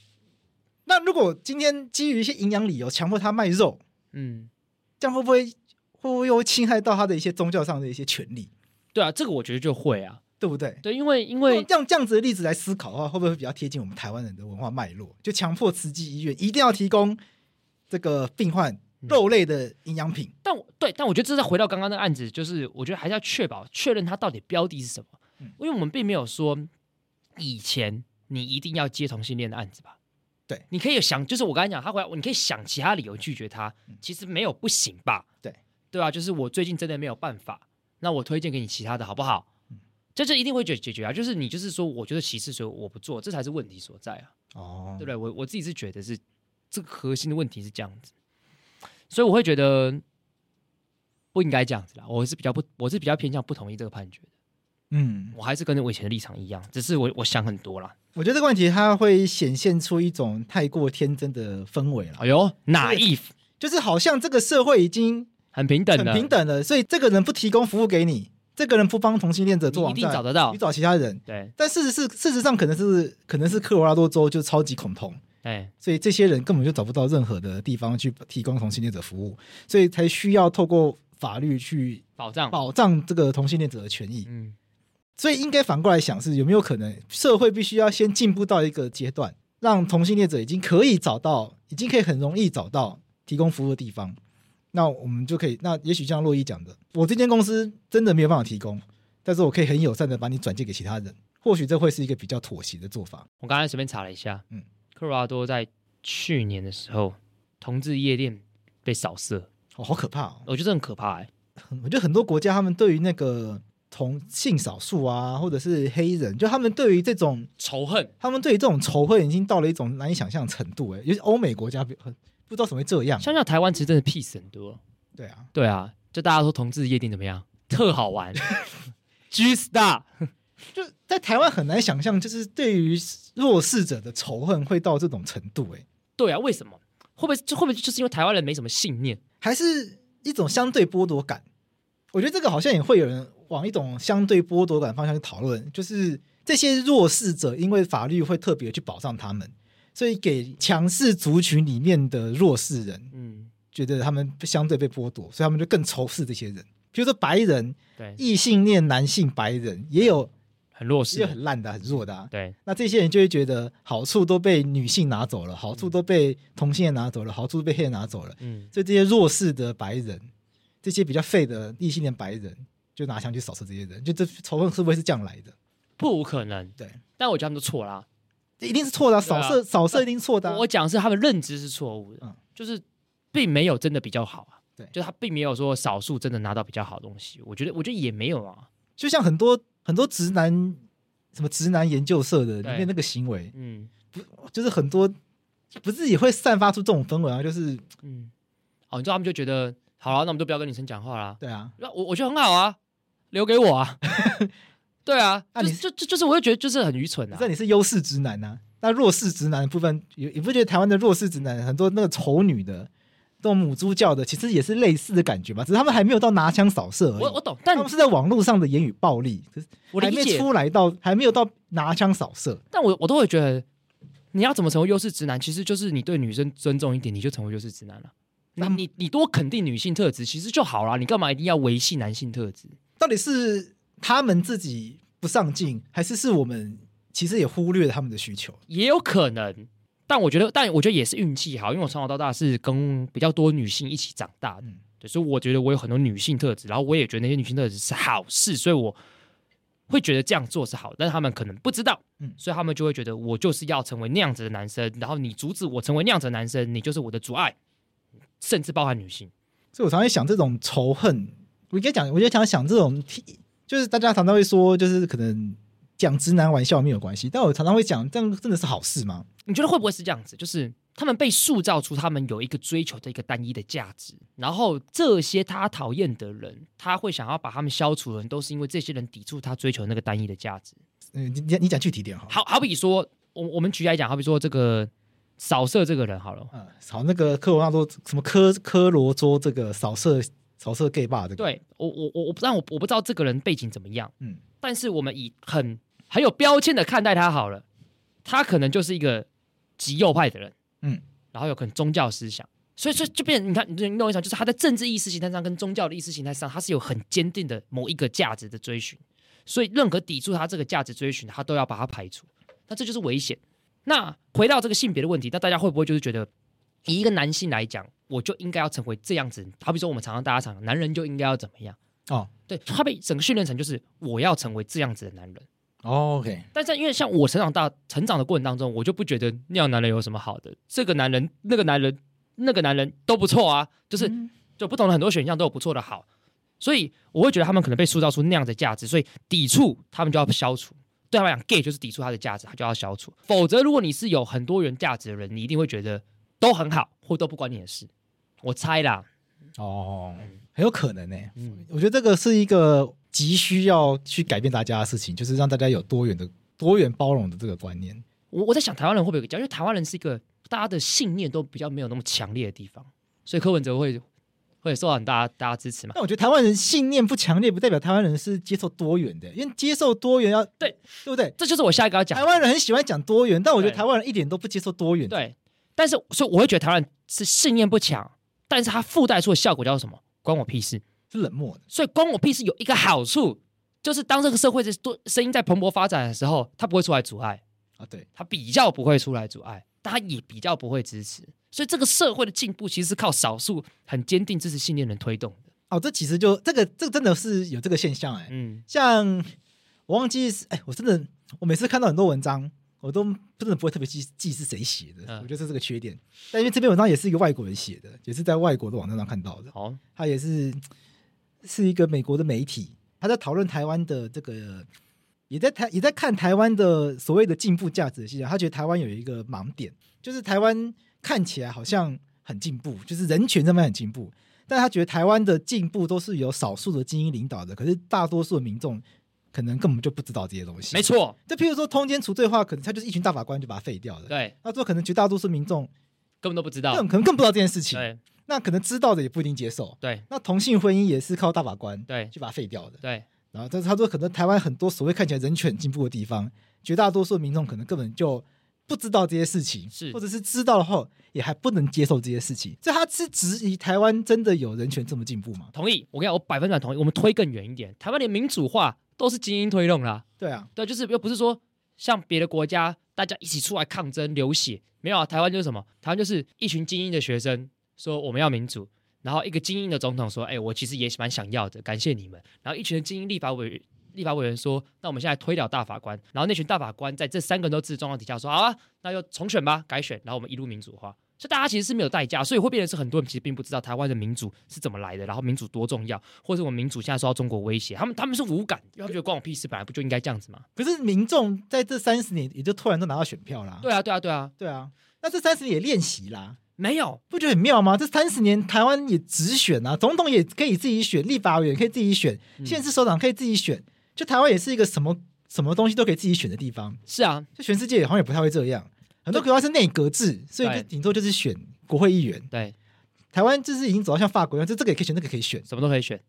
那如果今天基于一些营养理由强迫他卖肉，嗯，这样会不会会不会又侵害到他的一些宗教上的一些权利，对啊，这个我觉得就会啊。对不对？对，因为因用为这样这样子的例子来思考的话，会不会比较贴近我们台湾人的文化脉络？就强迫慈济医院一定要提供这个病患肉类的营养品，但我对，但我觉得这再回到刚刚那个案子，就是我觉得还是要确保确认它到底标的是什么，嗯因为我们并没有说以前你一定要接同性恋的案子吧？对，你可以想，就是我刚才讲，他回来，你可以想其他理由拒绝他，其实没有不行吧？嗯对，对啊，就是我最近真的没有办法，那我推荐给你其他的好不好？嗯这这一定会解解决啊！就是你就是说，我觉得歧视，所以我不做，这才是问题所在啊。哦对不对？我我自己是觉得是这个核心的问题是这样子，所以我会觉得不应该这样子啦。我是比较不，我是比较偏向不同意这个判决的。嗯，我还是跟着我以前的立场一样，只是我我想很多啦。我觉得这个问题它会显现出一种太过天真的氛围了。哎呦，哪对一就是好像这个社会已经很平等很的，平等了，所以这个人不提供服务给你，这个人不帮同性恋者做你一网定找站，得到你。找其他人。对，但事实是，事实上可能是可能是科罗拉多州就超级恐同，哎，所以这些人根本就找不到任何的地方去提供同性恋者服务，所以才需要透过法律去保障，保障这个同性恋者的权益。嗯，所以应该反过来想是有没有可能，社会必须要先进步到一个阶段，让同性恋者已经可以找到，已经可以很容易找到提供服务的地方，那我们就可以，那也许像洛伊讲的，我这间公司真的没有办法提供，但是我可以很友善的把你转借给其他人，或许这会是一个比较妥协的做法。我刚才随便查了一下，嗯嗯，科罗拉多在去年的时候，同志夜店被扫射，哦，好可怕哦！我觉得很可怕哎、很我觉得很多国家他们对于那个同性少数啊，或者是黑人，就他们对于这种仇恨，他们对于这种仇恨已经到了一种难以想象的程度、欸，哎，尤其欧美国家不不知道怎么会这样。像像台湾其实真的 peace 很多，对啊，对啊，就大家说同志夜店怎么样？特 [LAUGHS] 好玩，G Star，就在台湾很难想象，就是对于弱势者的仇恨会到这种程度、欸，哎，对啊，为什么？会不会就会不会就是因为台湾人没什么信念？还是一种相对剥夺感。我觉得这个好像也会有人往一种相对剥夺感的方向去讨论，就是这些弱势者因为法律会特别去保障他们，所以给强势族群里面的弱势人嗯，觉得他们相对被剥夺，所以他们就更仇视这些人。比如说白人、对，异性恋男性白人，也有很弱也有势，很烂的、很弱的、啊。对，那这些人就会觉得好处都被女性拿走了，好处都被同性恋拿走了，好处都被黑人拿走了，嗯，所以这些弱势的白人，这些比较废的异性恋白人，就拿枪去扫射这些人，就这仇恨是不会是这样来的？不可能。对，但我觉得他们都错啦。这一定是错的啊、对啊扫射扫射一定错的啊、我讲的是他们认知是错误的嗯，就是并没有真的比较好啊。对就是他并没有说少数真的拿到比较好的东西。我觉得，我觉得也没有啊。就像很多很多直男什么直男研究社的里对面那个行为，嗯就是很多不是也会散发出这种氛围啊，就是嗯，哦，你知道他们就觉得，好了，那我们就不要跟女生讲话啦。对啊，那我我觉得很好啊，留给我啊。 [LAUGHS] 对啊，啊就你就就就是，我就觉得就是很愚蠢你啊知道。你是优势直啊男呐、那弱势直男的部分，也也不觉得台湾的弱势直男很多那个丑女的，这种母猪教的，其实也是类似的感觉吧，只是他们还没有到拿枪扫射而已。我我懂，他但们是在网络上的言语暴力，可是我还理没解，出来到还没有到拿枪扫射。但我我都会觉得，你要怎么成为优势直男，其实就是你对女生尊重一点，你就成为优势直男了。你那你你多肯定女性特质，其实就好啦。你干嘛一定要维系男性特质？到底是他们自己不上进，还是是我们其实也忽略了他们的需求？也有可能，但我觉得，但我觉得也是运气好，因为我从小到大是跟比较多女性一起长大的，嗯对，所以我觉得我有很多女性特质，然后我也觉得那些女性特质是好事，所以我会觉得这样做是好，但是他们可能不知道，嗯所以他们就会觉得我就是要成为那样子的男生，然后你阻止我成为那样子的男生，你就是我的阻碍，甚至包含女性。所以我常常在想这种仇恨，我应该讲，我就常想这种，就是大家常常会说，就是可能讲直男玩笑没有关系，但我常常会讲，这样真的是好事吗？你觉得会不会是这样子？就是他们被塑造出他们有一个追求的一个单一的价值，然后这些他讨厌的人，他会想要把他们消除的人，都是因为这些人抵触他追求那个单一的价值。嗯，你你你讲具体点好了。好好比说，我我们举例来讲，好比说这个扫射这个人好了，嗯，好，那个科罗纳多什么科科罗多这个扫射扫射 gay 吧，这个，对我我我我不但我我不知道这个人背景怎么样，嗯，但是我们以很很有标签的看待他好了，他可能就是一个极右派的人，嗯，然后有可能宗教思想，所以所以就变成你看，你懂我意思吗？就是他在政治意识形态上跟宗教的意识形态上，他是有很坚定的某一个价值的追寻，所以任何抵触他这个价值追寻，他都要把它排除，那这就是危险。那回到这个性别的问题，那大家会不会就是觉得，以一个男性来讲，我就应该要成为这样子？好比说我们常常大家常讲，男人就应该要怎么样？哦对他被整个训练成就是我要成为这样子的男人。哦，OK，但是因为像我成长大成长的过程当中，我就不觉得那样男人有什么好的，这个男人、那个男人、那个男人都不错啊，就是、嗯就不同的很多选项都有不错的好，所以我会觉得他们可能被塑造出那样的价值，所以抵触他们就要消除。对他们来讲，gay 就是抵触他的价值，他就要消除。否则，如果你是有很多元价值的人，你一定会觉得都很好，或都不关你的事。我猜啦，哦，很有可能呢、嗯，我觉得这个是一个急需要去改变大家的事情，就是让大家有多元的多元包容的这个观念。我我在想台湾人会不会有个焦虑，因为台湾人是一个大家的信念都比较没有那么强烈的地方，所以柯文哲会会受到很大大家支持嘛。 [LAUGHS] 但我觉得台湾人信念不强烈，不代表台湾人是接受多元的，因为接受多元要对对不对？这就是我下一个要讲台湾人很喜欢讲多元，但我觉得对台湾人一点都不接受多元。，对，但是所以我会觉得台湾人是信念不强，但是它附带出的效果叫做什么？关我屁事。是冷漠的。所以关我屁事有一个好处，就是当这个社会的多声音在蓬勃发展的时候，它不会出来阻碍，啊，对，它比较不会出来阻碍，但它也比较不会支持。所以这个社会的进步其实是靠少数很坚定支持信念的人推动的。哦，这其实就这个，这真的是有这个现象哎、嗯，像我忘记是，哎，我真的，我每次看到很多文章，我都真的不会特别记记是谁写的，嗯我觉得这是个缺点。但因为这篇文章也是一个外国人写的，也是在外国的网站上看到的，好，他也是是一个美国的媒体，他在讨论台湾的这个，也在台也在看台湾的所谓的进步价值的现象，他觉得台湾有一个盲点，就是台湾看起来好像很进步，就是人权上面很进步，但他觉得台湾的进步都是由少数的精英领导的，可是大多数的民众可能根本就不知道这些东西。没，错，就譬如说通奸除罪化，可能他就是一群大法官就把它废掉了。对，那说可能绝大多数民众根本都不知根道本，可能更不知道这件事情，对那可能知道的也不一定接受。对那同性婚姻也是靠大法官对去把它废掉的。对，然后，但是他说，可能台湾很多所谓看起来人权进步的地方，绝大多数民众可能根本就不知道这些事情，是或者是知道了后也还不能接受这些事情。所以他是质疑台湾真的有人权这么进步吗？同意。我跟你讲，我百分之百同意。我们推更远一点，台湾连民主化都是精英推动啦、对啊，对，就是又不是说像别的国家大家一起出来抗争流血，没有啊。台湾就是什么？台湾就是一群精英的学生说我们要民主，然后一个精英的总统说，哎，我其实也蛮想要的，感谢你们。然后一群精英立法委员。立法委员说：“那我们现在推倒大法官，然后那群大法官在这三个人都制的状况底下说：好啊，那就重选吧，改选。然后我们一路民主化，所以大家其实是没有代价，所以会变成是很多人其实并不知道台湾的民主是怎么来的，然后民主多重要，或者我们民主现在受到中国威胁，他们他们是无感，因为他们觉得关我屁事，本来不就应该这样子吗？可是民众在这三十年也就突然都拿到选票啦，对啊，对啊，对啊，对啊，那这三十年也练习啦，没有，不觉得很妙吗？这三十年台湾也直选啊，总统也可以自己选，立法委员可以自己选，嗯县市首长可以自己选，就台湾也是一个什么什么东西都可以自己选的地方。是啊，就全世界好像也不太会这样，很多国家是内阁制，所以就对顶多就是选国会议员。对，台湾就是已经走到像法国一样，就这个也可以选，那个也可以选。什么都可以选，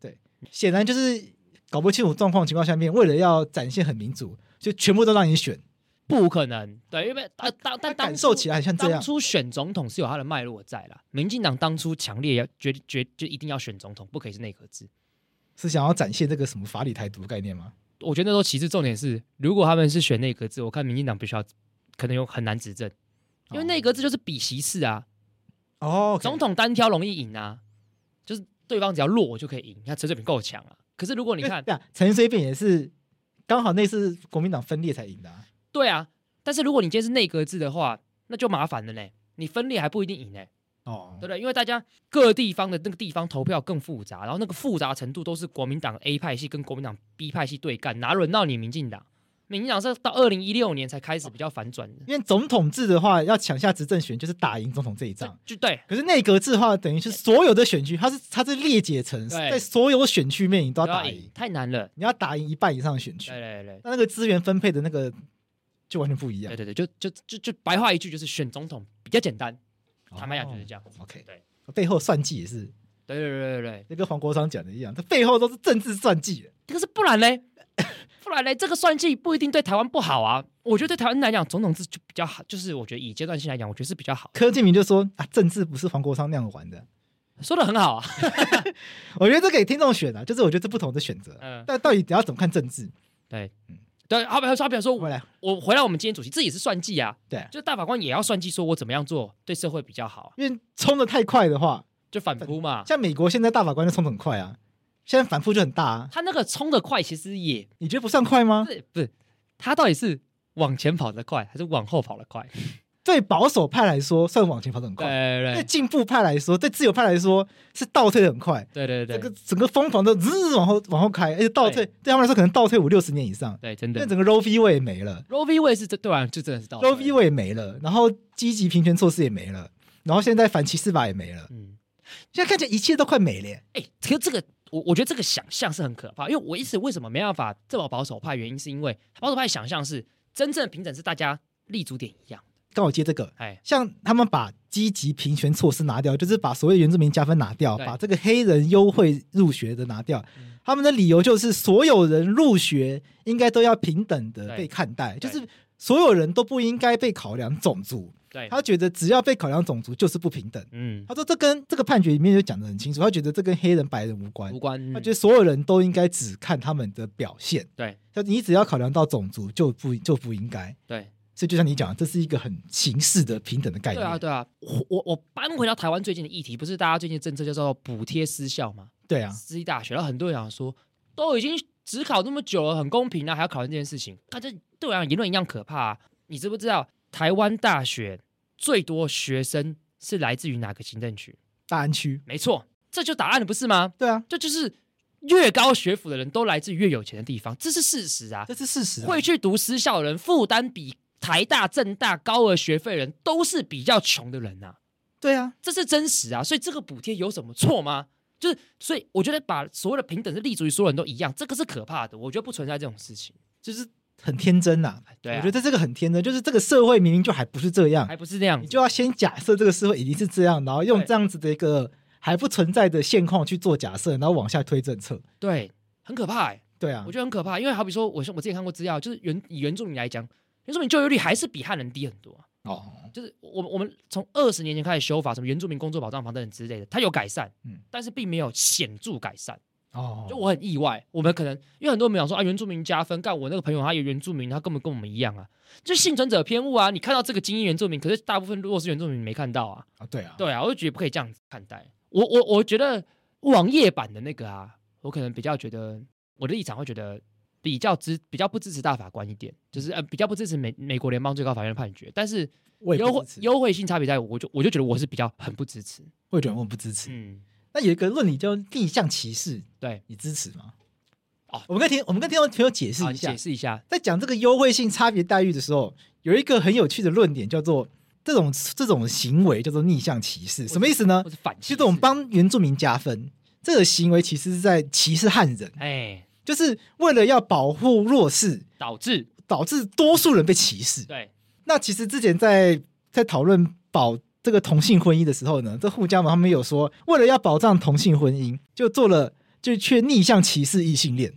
显然就是搞不清楚状况的情况下面，为了要展现很民主，就全部都让你选。不可能。对，因为当当他但当感受初起来很像这当样，初选总统是有它的脉络在啦。民进党当初强烈要决决就一定要选总统，不可以是内阁制。是想要展现这个什么法理台独概念吗？我觉得那时候其实重点是，如果他们是选内阁制，我看民进党必须要可能有很难执政，因为内阁制就是比席次啊，哦总统单挑容易赢啊，就是对方只要弱我就可以赢，你看陈水扁够强啊。可是如果你你看，对啊，陈水扁也是刚好那次国民党分裂才赢的、啊，对啊，但是如果你今天是内阁制的话，那就麻烦了呢。你分裂还不一定赢呢，哦对不，对？因为大家各地方的那个地方投票更复杂，然后那个复杂程度都是国民党 A 派系跟国民党 B 派系对干，哪轮到你民进党？民进党是到二零一六年才开始比较反转的，因为总统制的话，要抢下执政权就是打赢总统这一这仗。就对，可是内阁制的话，等于是所有的选区，它是它是裂解成对在所有选区面你都要都要打赢赢，太难了。你要打赢一半以上的选区对，对对那那个资源分配的那个就完全不一样对。对对，就就就就白话一句就是选总统比较简单，哦坦白讲就是这样。 OK，对背后算计也是，对对对对对，就跟黄国昌讲的一样，他背后都是政治算计。可是不然嘞， [COUGHS] 不然嘞，这个算计不一定对台湾不好啊。我觉得对台湾来讲，总统制就比较好，就是我觉得以阶段性来讲，我觉得是比较好。柯建明就说啊，政治不是黄国昌那样玩的。说的很好啊，我觉得这给听众选啊，就是我觉得这不同的选择。嗯，但到底你要怎么看政治？对，对，阿表说，阿表说我，们来，我回来我们今天主题，这也是算计啊，对，就是大法官也要算计，说我怎么样做对社会比较好，啊因为冲的太快的话，就反扑嘛。像美国现在大法官就冲得很快啊，现在反复就很大啊。他那个冲的快，其实也你觉得不算快吗不？是不是，他到底是往前跑得快，还是往后跑得快？对保守派来说算往前跑得很对快，对对对进步派来说，对自由派来说是倒退的很快。对对这对个对，整个疯狂的日往后往后开，而且倒退，对他们来说可能倒退五六十年以上，对真因的为。整个 Roe v. Wade 也没了 Roe v. Wade 是真对吧？就真的是到，Roe v. Wade 也没了，然后积极平权措施也没了，然后现在反歧视法也没了，嗯，现在看起来一切都快没了耶。哎、其实这个我我觉得这个想象是很可怕，因为我一直为什么没办法这么保守派，原因是因为保守派想象是真正的平等是大家立足点一样，刚好接这个，哎，像他们把积极平权措施拿掉，就是把所谓原住民加分拿掉，对嗯把这个黑人优惠入学的拿掉。他们的理由就是所有人入学应该都要平等的对被看待，就对是所有人都不应该被考量种族。对，他觉得只要被考量种族就是不平等。嗯他说这跟这个判决里面就讲得很清楚，他觉得这跟黑人白人无关无，关，嗯他觉得所有人都应该只看他们的表现。对他你只要考量到种族就不就不应该，对所以就像你讲的，这是一个很形式的平等的概对念。啊对啊，我我我搬回到台湾最近的议题，不是大家最近的政策叫做补贴私校吗？对啊，私立大学，然后很多人想说，都已经只考那么久了，很公平啊，还要考虑这件事情，他这对我来讲言论一样可怕、啊。你知不知道台湾大学最多学生是来自于哪个行政区？大安区，没错，这就答案了，不是吗？对啊，这就是越高学府的人都来自于越有钱的地方，这是事实啊这。是事实、啊。会去读私校的人，负担比台大、政大高额学费的人都是比较穷的人啊。对啊，这是真实啊，所以这个补贴有什么错吗？就是，所以我觉得把所谓的平等是立足于所有人都一样，这个是可怕的，我觉得不存在这种事情。就是很天真呐、对啊我觉得这个很天真，就是这个社会明明就还不是这样还，不是那样你子，就要先假设这个社会已经是这样，然后用对这样子的一个还不存在的现况去做假设，然后往下推政策。对，很可怕、欸，对啊我，觉得很可怕。因为好比说，我我之前看过资料，就是原以原住民来讲，原住民就业率还是比汉人低很多、啊。哦，就是我们我们从二十年前开始修法，什么原住民工作保障法等等之类的，它有改善，嗯但是并没有显著改善。哦，就我很意外，我们可能因为很多人讲说啊，原住民加分，干我那个朋友他有原住民，他根本跟我们一样啊，就幸存者偏误啊。你看到这个精英原住民，可是大部分弱势原住民没看到啊。啊，对啊，对啊，我就觉得不可以这样子看待。我我我觉得网页版的那个啊，我可能比较觉得我的立场会觉得比较支比较不支持大法官一点，就是呃比较不支持美美国联邦最高法院的判决，但是我也优不惠支持，优惠性差别在我就我就觉得我是比较很不支持。我也觉得我不支持。嗯，那有一个论理叫逆向歧视，对，你支持吗？哦我们跟听我们跟听众朋友解释好，一你下，解释一下。在讲这个优惠性差别待遇的时候，有一个很有趣的论点，叫做这种这种行为叫做逆向歧视，什么意思呢或？是反其其实我们帮原住民加分，这个行为其实是在歧视汉人，哎就是为了要保护弱势，导致导致多数人被歧视。对那其实之前在在讨论保这个同性婚姻的时候呢，这互加盟他们有说，为了要保障同性婚姻，就做了就却逆向歧视异性恋。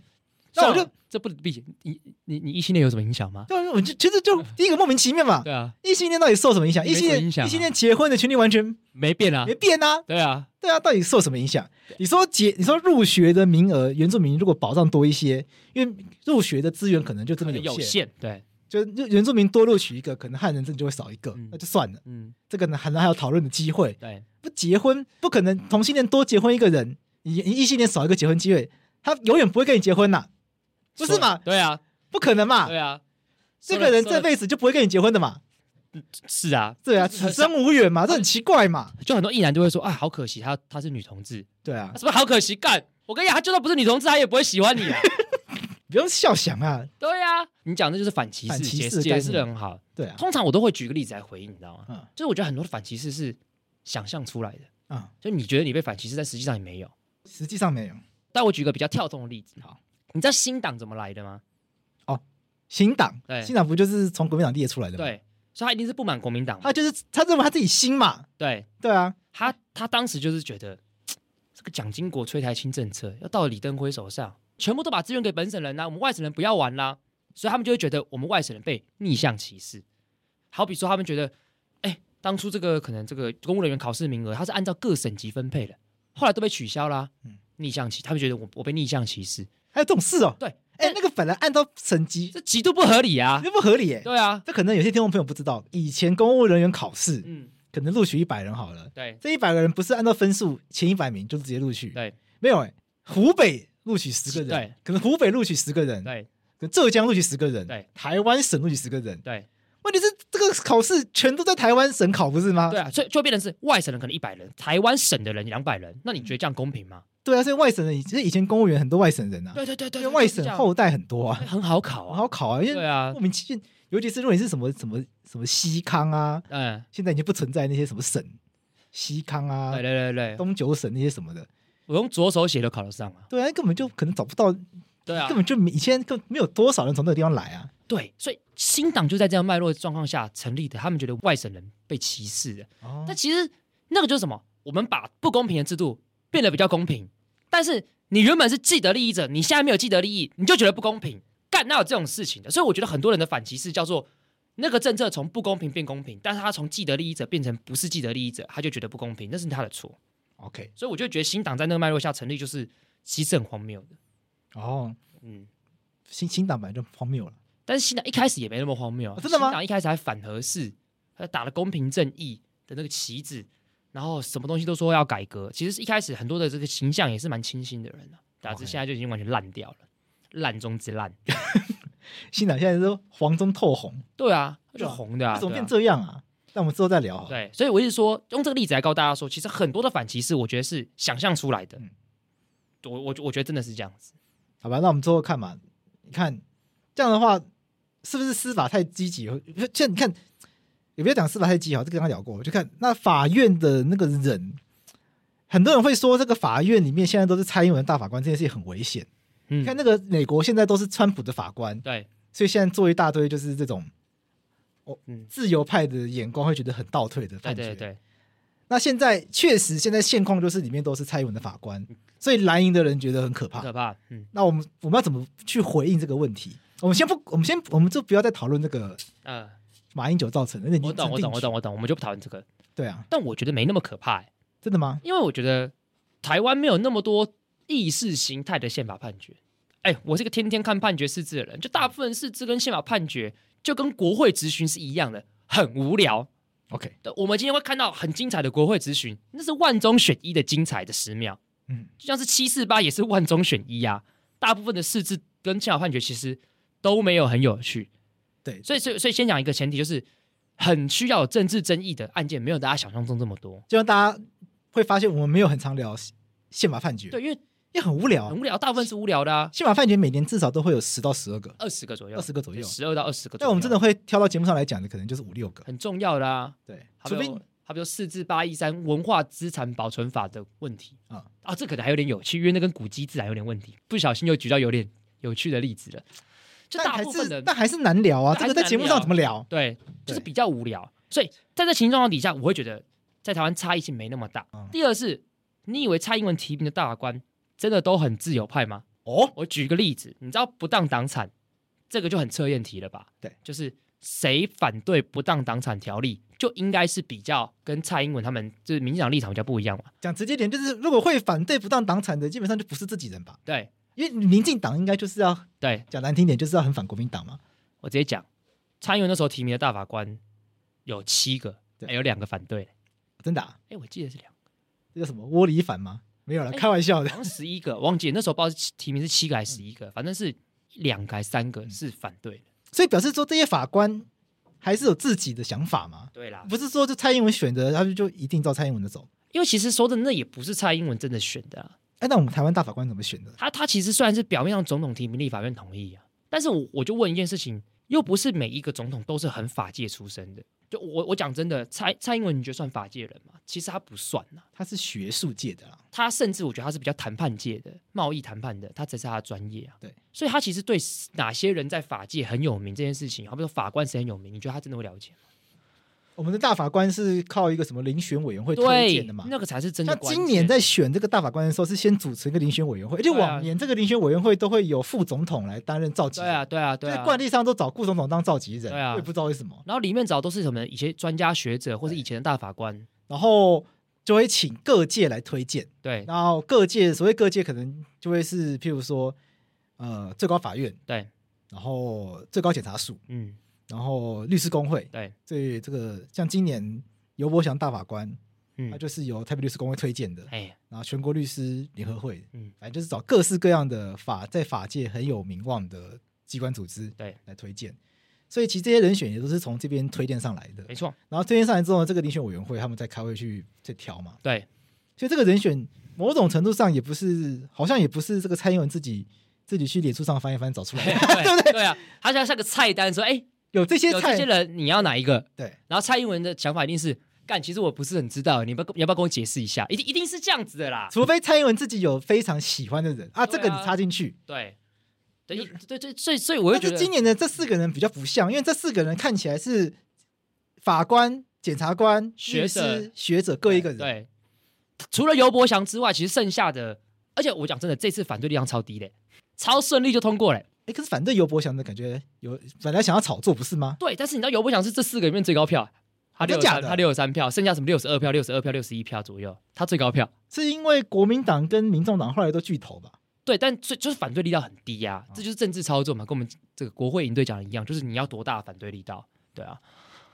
那我就这不必你你你异性恋有什么影响吗？对，我就其实就第一个莫名其妙嘛，对啊，异性恋到底受什么影响？没异什么性恋影响啊异性恋结婚的权利完全没变啊没，变啊，对啊，对啊，到底受什么影响？你说结，你说入学的名额，原住民如果保障多一些，因为入学的资源可能就这么有有限，限，对，就就原住民多录取一个，可能汉人证就会少一个，嗯那就算了。嗯，这个呢，还能还有讨论的机会。对，不结婚不可能，同性恋多结婚一个人，你你异性恋少一个结婚机会，他永远不会跟你结婚呐，不是嘛？对啊，不可能嘛对？啊，这个人说了这辈子就不会跟你结婚的嘛？是啊，对啊，就是很此生无缘嘛，这很奇怪嘛？就很多异男就会说啊，好可惜，她她是女同志，对啊，什么好可惜？干，我跟你讲，她就算不是女同志，她也不会喜欢你 [LAUGHS] 啊。不用笑想啊，对呀、你讲的就是反歧视，反歧解视的概解释的念很好。对啊，通常我都会举个例子来回应，你知道吗？嗯就是我觉得很多的反歧视是想象出来的，啊、就你觉得你被反歧视，但实际上也没有。实际上没有。但我举个比较跳动的例子，好，你知道新党怎么来的吗？新党，对新党不就是从国民党列出来的吗？，对，所以他一定是不满国民党嘛。他就是他认为他自己新嘛，对对啊，他，他当时就是觉得这个蒋经国催台青政策要到李登辉手上，全部都把资源给本省人啦、我们外省人不要玩啦、所以他们就会觉得我们外省人被逆向歧视。好比说，他们觉得，哎，当初这个可能这个公务人员考试名额，它是按照各省级分配的，后来都被取消啦、嗯逆向歧，他们觉得我我被逆向歧视，还有这种事哦。对，哎、但那个本来按照省级，这极度不合 [LAUGHS] 理啊！这不合理耶、对啊，这可能有些听众朋友不知道，以前公务人员考试、嗯，可能录取一百人好了，对这一百个人不是按照分数前一百名就直接录取，对没有哎、湖北录取十个人，对，可能湖北录取十个人，对可能浙江录取十个人，对，台湾省录取十个人。对问题是这个考试全都在台湾省考，不是吗？对啊，所以就会变成是外省人可能一百人，台湾省的人两百人，那你觉得这样公平吗？对啊，所以外省人，其实以前公务员很多外省人啊，对对对对，因为对外就是这省样后代很多啊，很好考很啊好，考啊，因对为啊莫，名其妙，尤其是如果你是什么什么什么西康啊，嗯，现在已经不存在那些什么省，西康啊对、对对对，东九省那些什么的，我用左手写都考得上啊，对啊，根本就可能找不到，对啊根，本就没以前根本没有多少人从那个地方来啊，对，所以新党就在这样脉络的状况下成立的，他们觉得外省人被歧视的，哦但其实那个就是什么？我们把不公平的制度变得比较公平，但是你原本是既得利益者，你现在没有既得利益，你就觉得不公平，干哪有这种事情的？所以我觉得很多人的反歧视叫做。那个政策从不公平变公平，但是他从既得利益者变成不是既得利益者，他就觉得不公平，那是他的错。 ，OK，所以我就觉得新党在那个脉络下成立，就是其实很荒谬的。哦，嗯，新新党本来就荒谬了，但是新党一开始也没那么荒谬啊，哦真的吗新党一开始还反核式，还打了公平正义的那个旗子，然后什么东西都说要改革。其实是一开始很多的这个形象也是蛮清新的人啊，导致 OK 现在就已经完全烂掉了，烂中之烂。新党现在都黄中透红，对啊，就对啊红的啊，为什么对啊变这样啊？那我们之后再聊好了，对，所以我一直说，用这个例子来告大家说，其实很多的反歧视，我觉得是想象出来的。嗯我我我觉得真的是这样子。好吧，那我们之后看嘛，你看这样的话，是不是司法太积极？像你看，也不要讲司法太积极，好，这个刚刚聊过，我就看那法院的那个人，很多人会说这个法院里面现在都是蔡英文大法官，这件事情很危险。嗯你看那个美国现在都是川普的法官，对，所以现在做一大堆就是这种哦嗯，自由派的眼光会觉得很倒退的对判决。对对，那现在确实现在现况就是里面都是蔡英文的法官，嗯所以蓝营的人觉得很可怕很。可怕。嗯。那我们我们要怎么去回应这个问题？我们先不，我们先我们就不要再讨论这个嗯，马英九造成的，那已经我懂，成我定懂，我懂，局。我懂，我们就不讨论这个。对啊，但我觉得没那么可怕、欸，真的吗？因为我觉得台湾没有那么多意识形态的宪法判决。哎、我是个天天看判决释字的人，就大部分释字跟宪法判决就跟国会质询是一样的，很无聊。 OK 对我们今天会看到很精彩的国会质询，那是万中选一的精彩的十秒，嗯，就像是七四八也是万中选一啊。大部分的释字跟宪法判决其实都没有很有趣，对，所以，所以，所以先讲一个前提，就是很需要有政治争议的案件，没有大家想象中这么多。就像大家会发现，我们没有很常聊宪法判决，对，因嗯为也很无聊啊很。无聊，大部分是无聊的、啊，宪法判决每年至少都会有十到十二个，二十个左右，二十个左右。啊十二到二十个左右。但我们真的会挑到节目上来讲的，可能就是五六个。很重要的啊，对，好除比非如好比如四至八一三文化资产保存法的问题啊啊啊，这可能还有点有趣，因为那跟古迹自然有点问题，不小心又举到有点有趣的例子了。就但大还部分的是但还是难聊啊，还这是个在节目上怎么聊？对，就是对比较无聊。所以在这情况底下，我会觉得在台湾差异性没那么大。嗯第二是，你以为蔡英文提名的大法官真的都很自由派吗？哦，我举个例子，你知道不当党产这个就很测验题了吧？对，就是谁反对不当党产条例，就应该是比较跟蔡英文他们就是民进党立场比较不一样嘛。讲直接点就是，如果会反对不当党产的，基本上就不是自己人吧？对因为民进党应该就是要对，讲难听点，就是要很反国民党嘛。我直接讲，蔡英文那时候提名的大法官有七个，对哎有两个反对，真的、啊，哎，我记得是两个，这叫什么窝里反吗？没有了，哎开玩笑的 [LAUGHS] 好。像十一个， [LAUGHS] 我忘记了那时候不知道是七提名是七个还是十一个，反正是两个还是三个是反对的。所以表示说，这些法官还是有自己的想法嘛，对啦，不是说就蔡英文选的，他们就一定照蔡英文的走。因为其实说真的，那也不是蔡英文真的选的、啊，哎，那我们台湾大法官怎么选的？他他其实虽然是表面上总统提名立法院同意啊，但是我我就问一件事情，又不是每一个总统都是很法界出身的。就我我讲真的，蔡蔡英文你觉得算法界人吗？其实他不算呐、他是学术界的啦，他甚至我觉得他是比较谈判界的、贸易谈判的，他才是他的专业啊。对，所以他其实对哪些人在法界很有名这件事情，好比说法官谁很有名，你觉得他真的会了解吗？我们的大法官是靠一个什么遴选委员会推荐的嘛？那个才是真的那关键。今年在选这个大法官的时候，是先组成一个遴选委员会，而且对啊往年这个遴选委员会都会有副总统来担任召集对人，啊对啊对就啊是惯例上都找顾总统当召集人，对啊我也不知道为什么。然后里面找都是什么一些专家学者或是以前的大法官，然后就会请各界来推荐，对然后各界所谓各界可能就会是譬如说，呃，最高法院，对，然后最高检察署，嗯然后律师工会，对这这个像今年尤伯祥大法官，嗯他，就是由台北律师工会推荐的，哎然后全国律师联合会，嗯反正就是找各式各样的法在法界很有名望的机关组织对，来推荐。所以其实这些人选也都是从这边推荐上来的，没错，然后推荐上来之后，这个遴选委员会他们再开会去再挑嘛。 [LAUGHS] 对所以这个人选某种程度上也不是，好像也不是这个蔡英文自己自己去脸书上翻一翻找出来的，对不对？对啊，他像像个菜单说，哎，有这些有菜，这些人你要哪一个？对，然后蔡英文的想法一定是，干，其实我不是很知道，你要不要你要不要跟我解释一下？一定一定是这样子的啦，除非蔡英文自己有非常喜欢的人啊，这对啊个你插进去。对对对对，所以所以我就但觉是得今年的这四个人比较不像，因为这四个人看起来是法官、检察官、学律者师、学者各一个人，对，除了尤伯祥之外，其实剩下的，而且我讲真的，这次反对力量超低嘞，超顺利就通过嘞。哎，可是反对尤伯祥的感觉有本来想要炒作不是吗？对，但是你知道尤伯祥是这四个里面最高票，他真六的假三，的他六十三票，剩下什么六十二票、六十二票、六十一票左右，他最高票。是因为国民党跟民众党后来都巨头吧？对，但最就是反对力道很低呀、哦这就是政治操作嘛，跟我们这个国会营队讲的一样，就是你要多大的反对力道，对啊，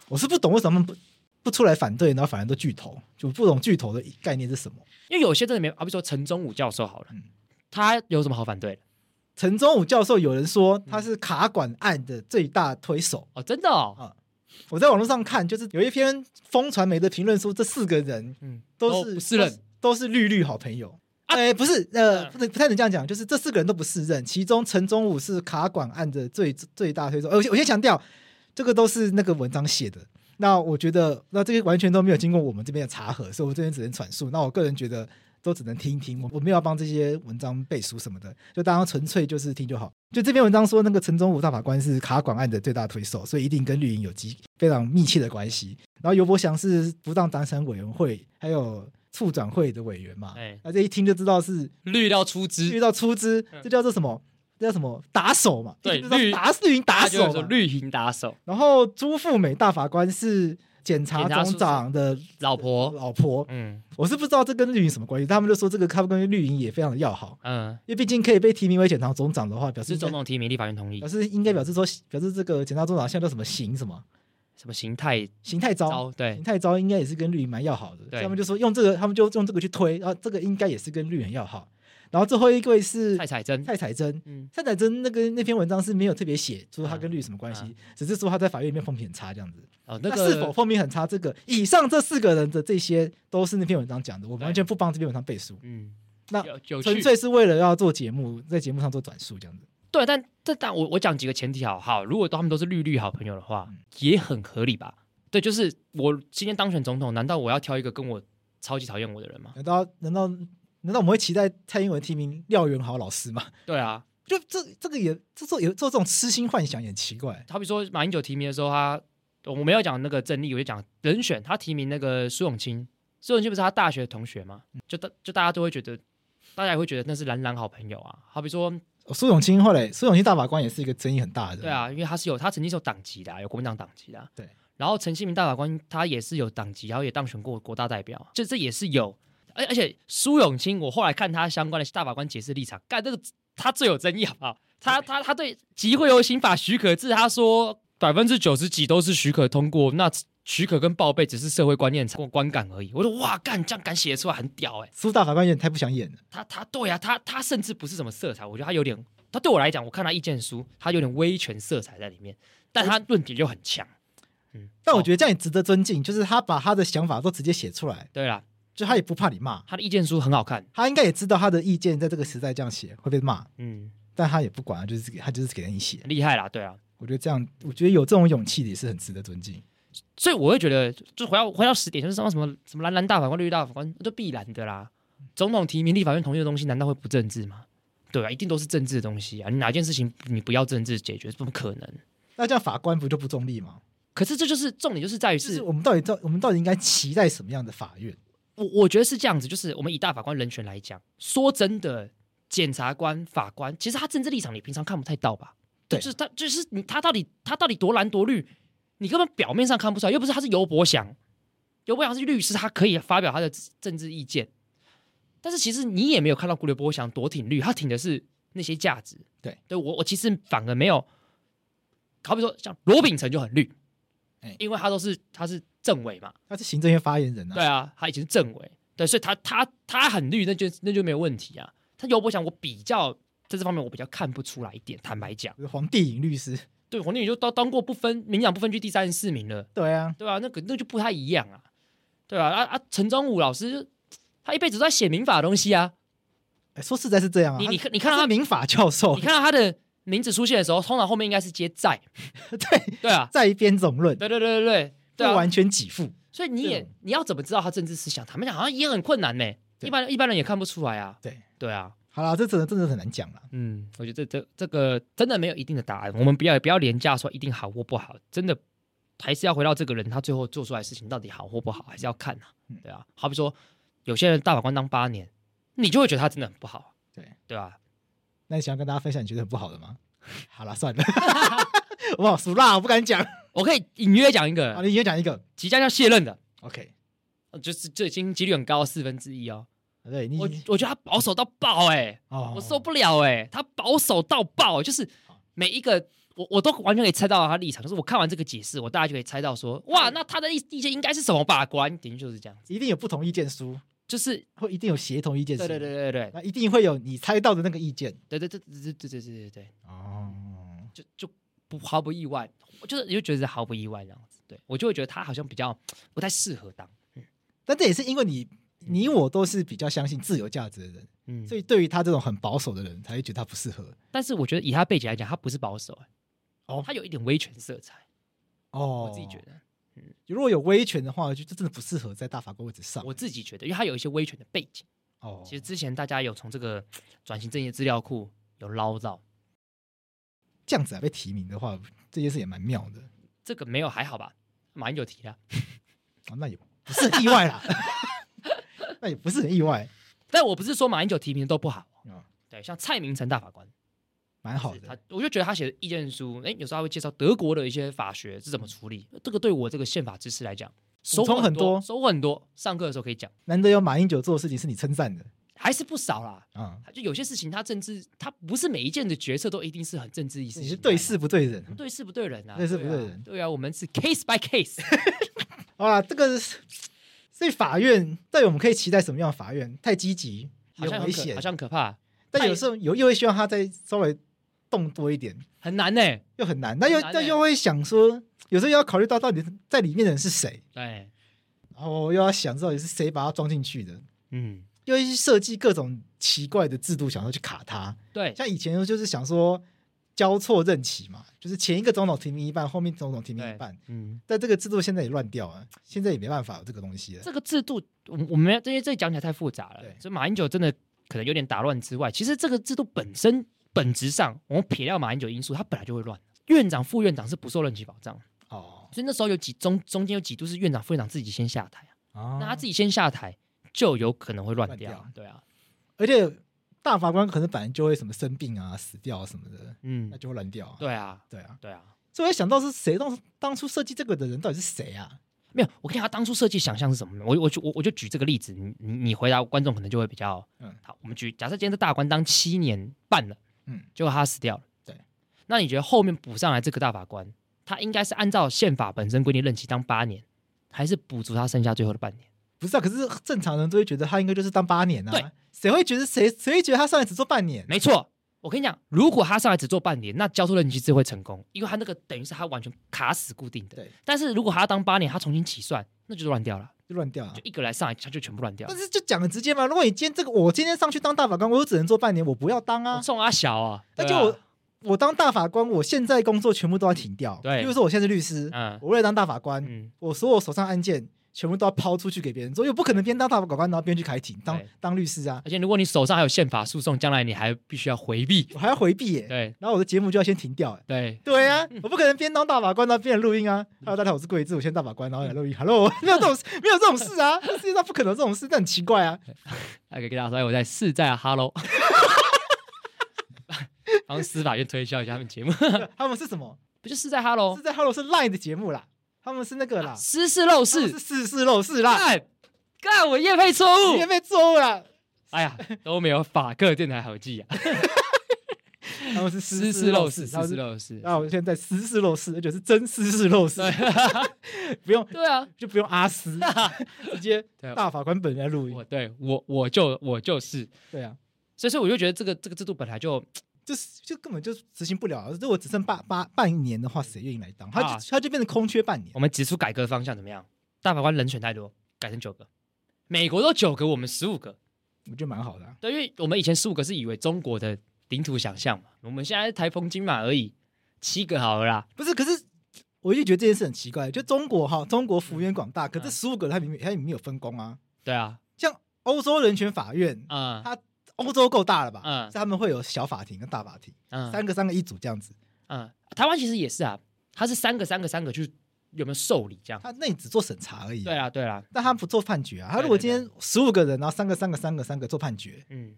我是不懂为什么他们不不出来反对，然后反而都巨头，就不懂巨头的概念是什么。因为有些真的没，啊好比说陈忠武教授好了，嗯他有什么好反对的？陈忠武教授有人说他是卡管案的最大推手，哦，真的哦，我在网络上看，就是有一篇风传媒的评论说这四个人嗯，都是不是人，都是绿绿好朋友。啊哎、不是，呃，嗯不能不太能这样讲，就是这四个人都不是任，其中陈忠武是卡管案的最最大推手。呃我先我先强调，这个都是那个文章写的。那我觉得，那这些完全都没有经过我们这边的查核，所以我们这边只能转述。那我个人觉得，都只能听一听，我我没有要帮这些文章背书什么的，就当纯粹就是听就好。就这篇文章说，那个陈忠武大法官是卡管案的最大推手，所以一定跟绿营有极非常密切的关系。然后尤伯祥是不当党产委员会还有促转会的委员嘛，哎那这一听就知道是绿到出遇汁，到出资嗯，这叫做什么？这叫什么打手嘛？对一听就知绿道打绿营打他就手会说嘛。绿营打手，然后朱富美大法官是检察检察总署长的老婆，老婆，嗯我是不知道这跟绿营什么关系，他们就说这个他们跟绿营也非常的要好，嗯，因为毕竟可以被提名为检察总长的话，表示是应该呃总统提名，立法院同意表，示应该表示说表示这个检察总长现在叫什么刑什么什么形态邢太昭，招对邢太昭应该也是跟绿营蛮要好的，对所以他们就说用这个，他们就用这个去推，然后这个应该也是跟绿营很要好。然后最后一位是蔡彩珍，蔡彩珍，嗯，蔡乃真那个那篇文章是没有特别写说他跟律什么关系，嗯只是说他在法院里面风评很差这样子。哦，那那个是否风评很差？这个以上这四个人的这些都是那篇文章讲的，我对完全不帮这篇文章背书，嗯，那有有纯趣，粹是为了要做节目，在节目上做转述这样子。对，但但但我我讲几个前提好好，如果他们都是绿绿好朋友的话嗯，也很合理吧？对，就是我今天当选总统，难道我要挑一个跟我超级讨厌我的人吗？难道难道难道我们会期待蔡英文提名廖元豪老师吗？ [LAUGHS] 对啊，就这这个也这做也做这种痴心幻想也很奇怪。好比说马英九提名的时候，他我没有讲那个郑丽，我就讲人选，他提名那个苏永清，苏文清不是他大学的同学嗯吗？就大就大家都会觉得，大家也会觉得那是蓝蓝好朋友啊。好比说，苏永清后来，苏永清大法官也是一个争议很大的人。对，啊，因为他是有他曾经是有党籍的、啊，有国民党党籍的啊、对然后陈新民大法官他也是有党籍，然后也当选过国大代表，就这也是有。而而且苏永清，我后来看他相关的大法官解释立场，干这个他最有争议好不好？他他他对集会游行法许可制，他说百分之九十几都是许可通过，那许可跟报备只是社会观念观观感而已。我说哇，干这样敢写出来很屌哎、苏大法官有点太不想演了。他他对啊，他他甚至不是什么色彩，我觉得他有点，他对我来讲，我看他意见书，他有点威权色彩在里面，但他论点就很强。嗯，但我觉得、得这样也值得尊敬，就是他把他的想法都直接写出来，对啦，就他也不怕你骂，他的意见书很好看。他应该也知道他的意见在这个时代这样写会被骂，嗯，但他也不管，他就是给他就是给人写。很厉害啦，对啊，我觉得这样，我觉得有这种勇气的也是很值得尊敬。所以我会觉得，就回到回到十点，就是什么什么什么蓝蓝大法官、绿绿大法官，那就必然的啦。总统提名、立法院同意的东西，难道会不政治吗？对啊，一定都是政治的东西啊！你哪件事情你不要政治解决，怎么可能？那这样法官不就不中立吗？可是这就是重点，就是在于就是是我们到底到我们到底应该期待什么样的法院？我我觉得是这样子，就是我们以大法官人权来讲，说真的，检察官、法官，其实他政治立场你平常看不太到吧？对就是他，就是你，他到底他到底多蓝多绿，你根本表面上看不出来，又不是他是尤伯祥，尤伯祥是律师，他可以发表他的政治意见，但是其实你也没有看到古刘伯祥多挺绿，他挺的是那些价值。对，对我我其实反而没有，好比说像罗秉成就很绿，哎因为他都是他是政委嘛，他是行政院发言人啊，对啊，他以前是政委，对，所以他他他很绿，那就那就没有问题啊。他尤伯祥，我比较在这方面我比较看不出来一点，坦白讲，就是黄帝颖律师。对黄定宇就当当过不分民党不分区第三十四名了，对啊，对啊，那个那就不太一样啊，对啊，啊啊，陈忠武老师他一辈子都在写民法的东西啊，哎说实在是这样啊。你你看你他看到是他民法教授你，看到他的名字出现的时候，通常后面应该是接在， [LAUGHS] 对， [LAUGHS] 对啊，在一边总论，对对对对对不对啊，完全给付。所以你这也种你要怎么知道他政治思想？坦白讲，好像也很困难呢、对一般一般人也看不出来啊，对，对啊，好啦，这真的真的很难讲啦。嗯，我觉得这这这个真的没有一定的答案，我们不要不要廉价说一定好或不好，真的还是要回到这个人他最后做出来的事情到底好或不好，还是要看啊嗯，对啊，好比说有些人大法官当八年，你就会觉得他真的很不好，啊对对吧、那你想要跟大家分享你觉得很不好的吗？ [LAUGHS] 好啦，算了， [LAUGHS] 我好俗辣，我不敢讲。我可以隐约讲一好，个啊你先讲一个。即将要卸任的， OK，呃就是这已经几率很高，四分之一哦，对你我我觉得他保守到爆哎、哦我受不了哎、他保守到爆，就是每一个我我都完全可以猜到他立场，就是我看完这个解释，我大概就可以猜到说，哇，那他的意意见应该是什么把关？点就是这样子，一定有不同意见书，就是或一定有协同意见对书。对对对对那一定会有你猜到的那个意见。对对对对对对对对对，哦，就就不毫不意外，我就是你就觉得毫不意外这样子，对我就会觉得他好像比较不太适合当，但这也是因为你你我都是比较相信自由价值的人，嗯，所以对于他这种很保守的人，才会觉得他不适合。但是我觉得以他背景来讲，他不是保守、欸，哦他有一点威权色彩，哦我自己觉，得，如果有威权的话，我觉得这真的不适合在大法官位置上。我自己觉得，因为他有一些威权的背景。哦，其实之前大家有从这个转型正义的资料库有捞到，这样子还啊被提名的话，这件事也蛮妙的。这个没有还好吧？马英九提啊，哦，那也不是很意外啦， [LAUGHS] 那也不是很意外，但我不是说马英九提名都不好哦，嗯对，像蔡明诚大法官，蛮好他的。我就觉得他写的意见书，哎，有时候他会介绍德国的一些法学是怎么处理，这个对我这个宪法知识来讲，收嗯充获很多多，收获很多，上课的时候可以讲，难得有马英九做的事情是你称赞的还是不少啦。啊，就有些事情，他政治，他不是每一件的决策都一定是很政治意识你形态的。是对事不对人。对事不对人啊，对事不啊对人对啊，我们是 case by case。好啦，这个是所以法院到底我们可以期待什么样的法院？太积极 [LAUGHS] 好也像危很可，险好，像很可怕，但有时候有又会希望他再稍微动多一点，很难呢、又很难。但又很难欸但又会想说，有时候又要考虑到到底在里面的人是谁，对，然后又要想到底是谁把他装进去的，嗯，又会去设计各种奇怪的制度，想要去卡他。对，像以前就是想说交错任期嘛，就是前一个总统提名一半，后面总统提名一对半。嗯，但这个制度现在也乱掉了，现在也没办法有这个东西了。这个制度，我我们这些这讲起来太复杂了对，所以马英九真的可能有点打乱之外，其实这个制度本身本质上，我们撇掉马英九因素，它本来就会乱。院长、副院长是不受任期保障，哦，所以那时候有几中中间有几度是院长、副院长自己先下台啊、啊那他自己先下台，就有可能会乱乱掉。掉对啊，而且大法官可能本来就会什么生病啊、死掉啊什么的，那嗯，就会乱掉、啊。对啊，对啊，对啊，所以我想到是谁当当初设计这个的人到底是谁啊？没有。我跟你讲，他当初设计想象是什么呢？我我就我我就举这个例子，你你你回答观众可能就会比较嗯好。我们举假设今天这大官当七年半了，嗯，结果他死掉了，对，那你觉得后面补上来这个大法官，他应该是按照宪法本身规定任期当八年，还是补足他剩下最后的半年？不是啊，可是正常人都会觉得他应该就是当八年对啊，谁会觉得谁谁会觉得他上来只做半年？没错，我跟你讲，如果他上来只做半年，那交出任期制会成功，因为他那个等于是他完全卡死固定的。对，但是如果他要当八年，他重新起算，那就乱掉了，就乱掉啊就。一个来上来他就全部乱掉但。是就啊讲的直接嘛，如果你今天这个我今天上去当大法官，我就只能做半年，我不要当啊我。送阿小啊，那对就啊我我当大法官，我现在工作全部都要停掉。对比如说我现在是律师，嗯我为了当大法官，嗯，我所有手上案件全部都要抛出去给别人做，又不可能边当大法官然后边去开庭当对当律师啊，而且如果你手上还有宪法诉讼，将来你还必须要回避。我还要回避耶、对嗯然后我的节目就要先停掉、欸。对，对啊，我不可能边当大法官然后边来录音啊。Hello，大家好，我嗯是桂智，我现在大法官，然后来录音。Hello，没 [LAUGHS] 有这种没有这种事啊，这世界上不可能有这种事，这很奇怪 [LAUGHS] 啊。来给大家说，哎我在是在 Hello，帮司法院推销一下他们节目，他们是什么？不就是在 Hello 是在 Hello 是 Line 的节目啦，他们是那个啦，私事陋他们是室，事事漏事啦，干干我叶配错你误也，被揍啦。哎呀，都没有法克电台好记啊！他们是私私事事陋漏事，事，私事漏。陋事。啊那我现在私事漏事，而且是真私事漏事， [LAUGHS] 不用对啊，就不用阿斯， [LAUGHS] 直接对啊大法官本人来录音我。对我我就我就是，对啊，所以说我就觉得这个这个制度本来就就是就根本就执行不了啊。如果只剩八八半年的话，谁愿意来当？他就、啊他就变成空缺半年我。们指出改革方向怎么样？大法官人选太多，改成九个。美国都九个，我们十五个。我觉得蛮好的、啊。对，因为我们以前十五个是以为中国的领土想象嘛，我们现在台风金马而已，七个好了啦。不是，可是我就觉得这件事很奇怪。就中国哈，中国幅员广嗯大，可是十五个他里面他里面有分工啊。对啊，像欧洲人权法院，嗯欧洲够大了吧？嗯嗯，他们会有小法庭跟大法庭，嗯三个三个一组这样子。嗯，台湾其实也是啊，它是三个三个三个去有没有受理这样？他那你只做审查而已、对，啊对啊，但他不做判决啊。他对如果对今天十五个人，然后三个三个三个三个做判决，嗯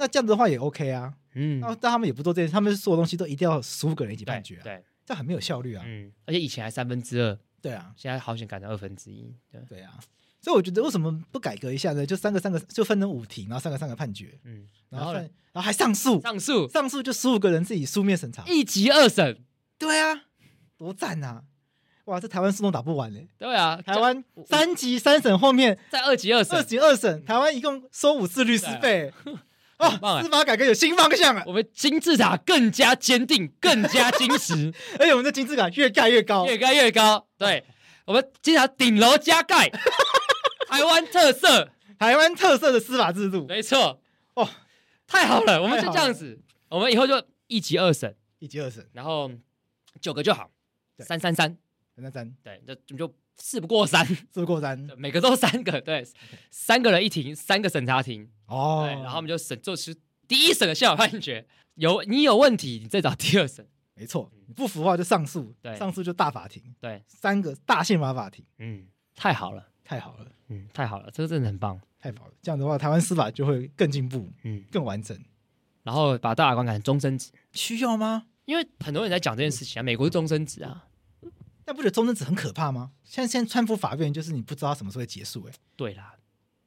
那这样子的话也 OK 啊。嗯，那但他们也不做这些，他们所有东西都一定要十五个人一起对判决啊，对，这很没有效率啊。嗯，而且以前还三分之二，对啊，现在好险改成二分之一。对，对啊。所以我觉得为什么不改革一下呢？就三个三个就分成五庭，然后三个三个判决，嗯，然后呢分然后还上诉，上诉上诉就十五个人自己书面审查。一级二审，对啊，多赞啊！哇，这台湾诉讼打不完嘞、对啊，台湾我三级三审后面在二级二二审，级二审，台湾一共收五次律师费。啊 [LAUGHS] 很棒哦，哎司法改革有新方向了，啊我们金字塔更加坚定，更加坚 [LAUGHS] 实，而且我们的金字塔越盖越高。越盖越高。对，我们金字塔顶楼加盖，台湾特色，台湾特色的司法制度，没错。哦，太好了，我们就太好这样子，我们以后就一级二审，一级二审，然后九个就好，对三三三，那三对，就就事不过三。是不过三对每个都三个，对，三个人一庭，三个审查庭，对，哦。然后他们就审做出第一审的宪法判决，有你有问题，你再找第二审，没错，你不服的话就上诉嗯对，上诉就大法庭，对，三个大宪法法庭，嗯，太好了，太好了，嗯，太好了，这个真的很棒，太好了。这样的话，台湾司法就会更进步、嗯，更完整。然后把大法官改成终身制，需要吗？因为很多人在讲这件事情啊，美国是终身制啊，但不觉得终身制很可怕吗？像现在川普法院就是你不知道它什么时候会结束、欸，对啦，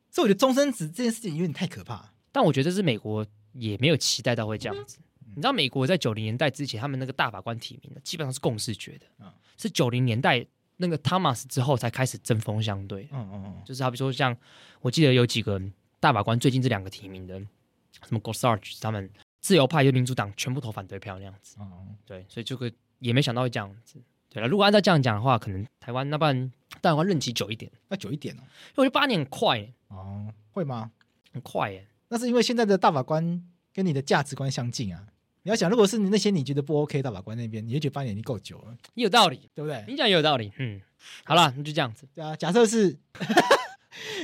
所以我觉得终身制这件事情有点太可怕。但我觉得这是美国也没有期待到会这样子。你知道美国在九零年代之前，他们那个大法官提名的基本上是共识决的，嗯是九零年代那个 Thomas 之后才开始针锋相对的。嗯嗯就是好比说像我记得有几个大法官最近这两个提名的，什么 Gorsuch 他们自由派就民主党全部投反对票那样子，嗯嗯，对，所以这个也没想到会这样子。对了，如果按照这样讲的话，可能台湾那不然大法官任期久一点，要久一点哦。因为我觉得八年很快耶、哦，会吗？很快耶、那是因为现在的大法官跟你的价值观相近啊。你要想，如果是你那些你觉得不 OK 的大法官那边，你就觉得八年已经够久了，也有道理，对不对？你讲也有道理，嗯，好了，那就这样子。对啊。假设是， [LAUGHS]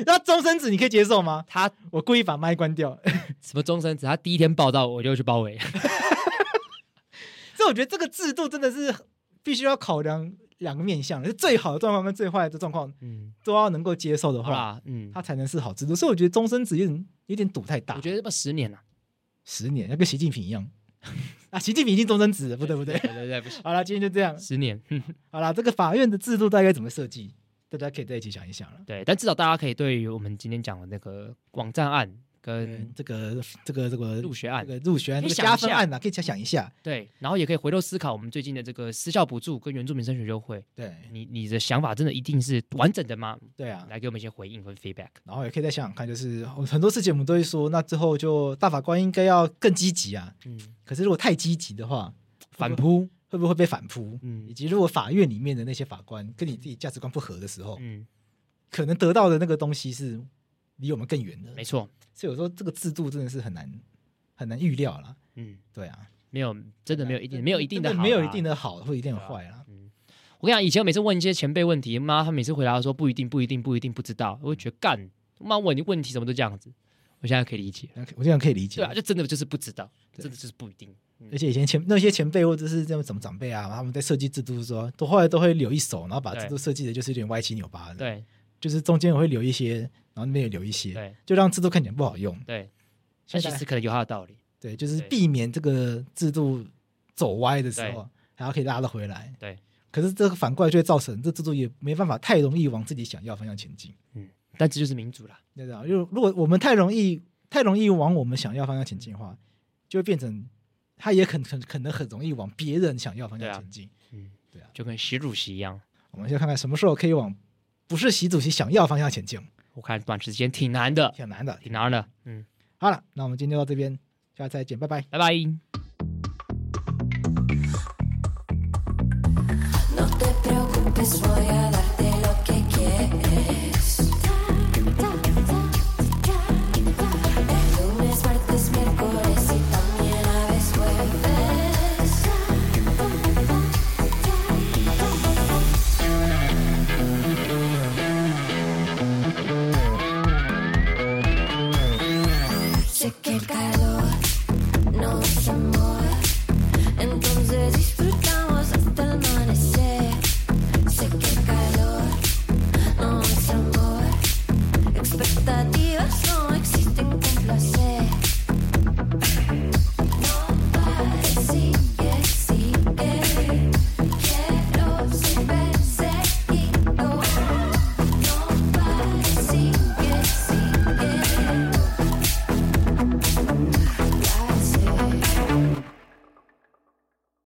那终身制你可以接受吗？他我故意把麦关掉， [LAUGHS] 什么终身制，他第一天报道我就去包围，所以我觉得这个制度真的是必须要考量两个面向，就最好的状况跟最坏的状况嗯，都要能够接受的好话，啦，嗯，它才能是好制度。所以我觉得终身制有点有点赌太大。我觉得这十年啊了，十年要跟习近平一样 [LAUGHS] 啊，习近平已经终身制了，不对不对。对对对，不行， [LAUGHS] 好了，今天就这样。十年，嗯哼好了，这个法院的制度大概怎么设计，大家可以在一起想一想了。对，但至少大家可以对于我们今天讲的那个网站案嗯跟，这个这个这个入学案这，个入学案可这个以想加一分下案啊，可以想想一下。对，然后也可以回头思考我们最近的这个私校补助跟原住民升学优惠，对你你的想法真的一定是完整的吗？对啊，来给我们一些回应跟 feedback。然后也可以再想想看，就是很多事情我们都会说，那最后就大法官应该要更积极啊。嗯，可是如果太积极的话，反会不会扑，会不会被反扑？以嗯及如果法院里面的那些法官跟你自己价值观不合的时候，嗯，可能得到的那个东西是离我们更远的。没错，所以我说这个制度真的是很难很难预料啦。嗯，对啊，没有，真的没有一定，没有一定的真好，没有一定的。的好或一定的坏啦。我跟你讲，以前我每次问一些前辈问题，妈，他每次回答说不一定，不一定，不一定，不知道，我就觉得干，妈问你问题什么都这样子，我现在可以理解。那可我这样可以理解对。啊，就真的就是不知道，对真的就是不一定。嗯而且以前前那些前辈或者是这种怎么长辈啊，他们在设计制度的时候，都后来都会留一手，然后把对制度设计的就是有点歪七扭八的，，对就是中间我会留一些，然后那边也留一些，对就让制度看起来不好用。对，现但在其实可能有它的道理。对，就是对避免这个制度走歪的时候，还要可以拉得回来。对，可是这个反过来就会造成这制度也没办法太容易往自己想要的方向前进。但这就是民主啦。对的，如如果我们太容易太容易往我们想要方向前进的话，就会变成他也很很可能很容易往别人想要方对向啊前进。嗯，对啊就跟习主席一样，我们先看看什么时候可以往不是习主席想要的方向前进，我看短时间挺难的，挺难的。挺难的。嗯，好了，那我们今天就到这边，下次再见，拜拜。拜拜。 No te preocupes, voy a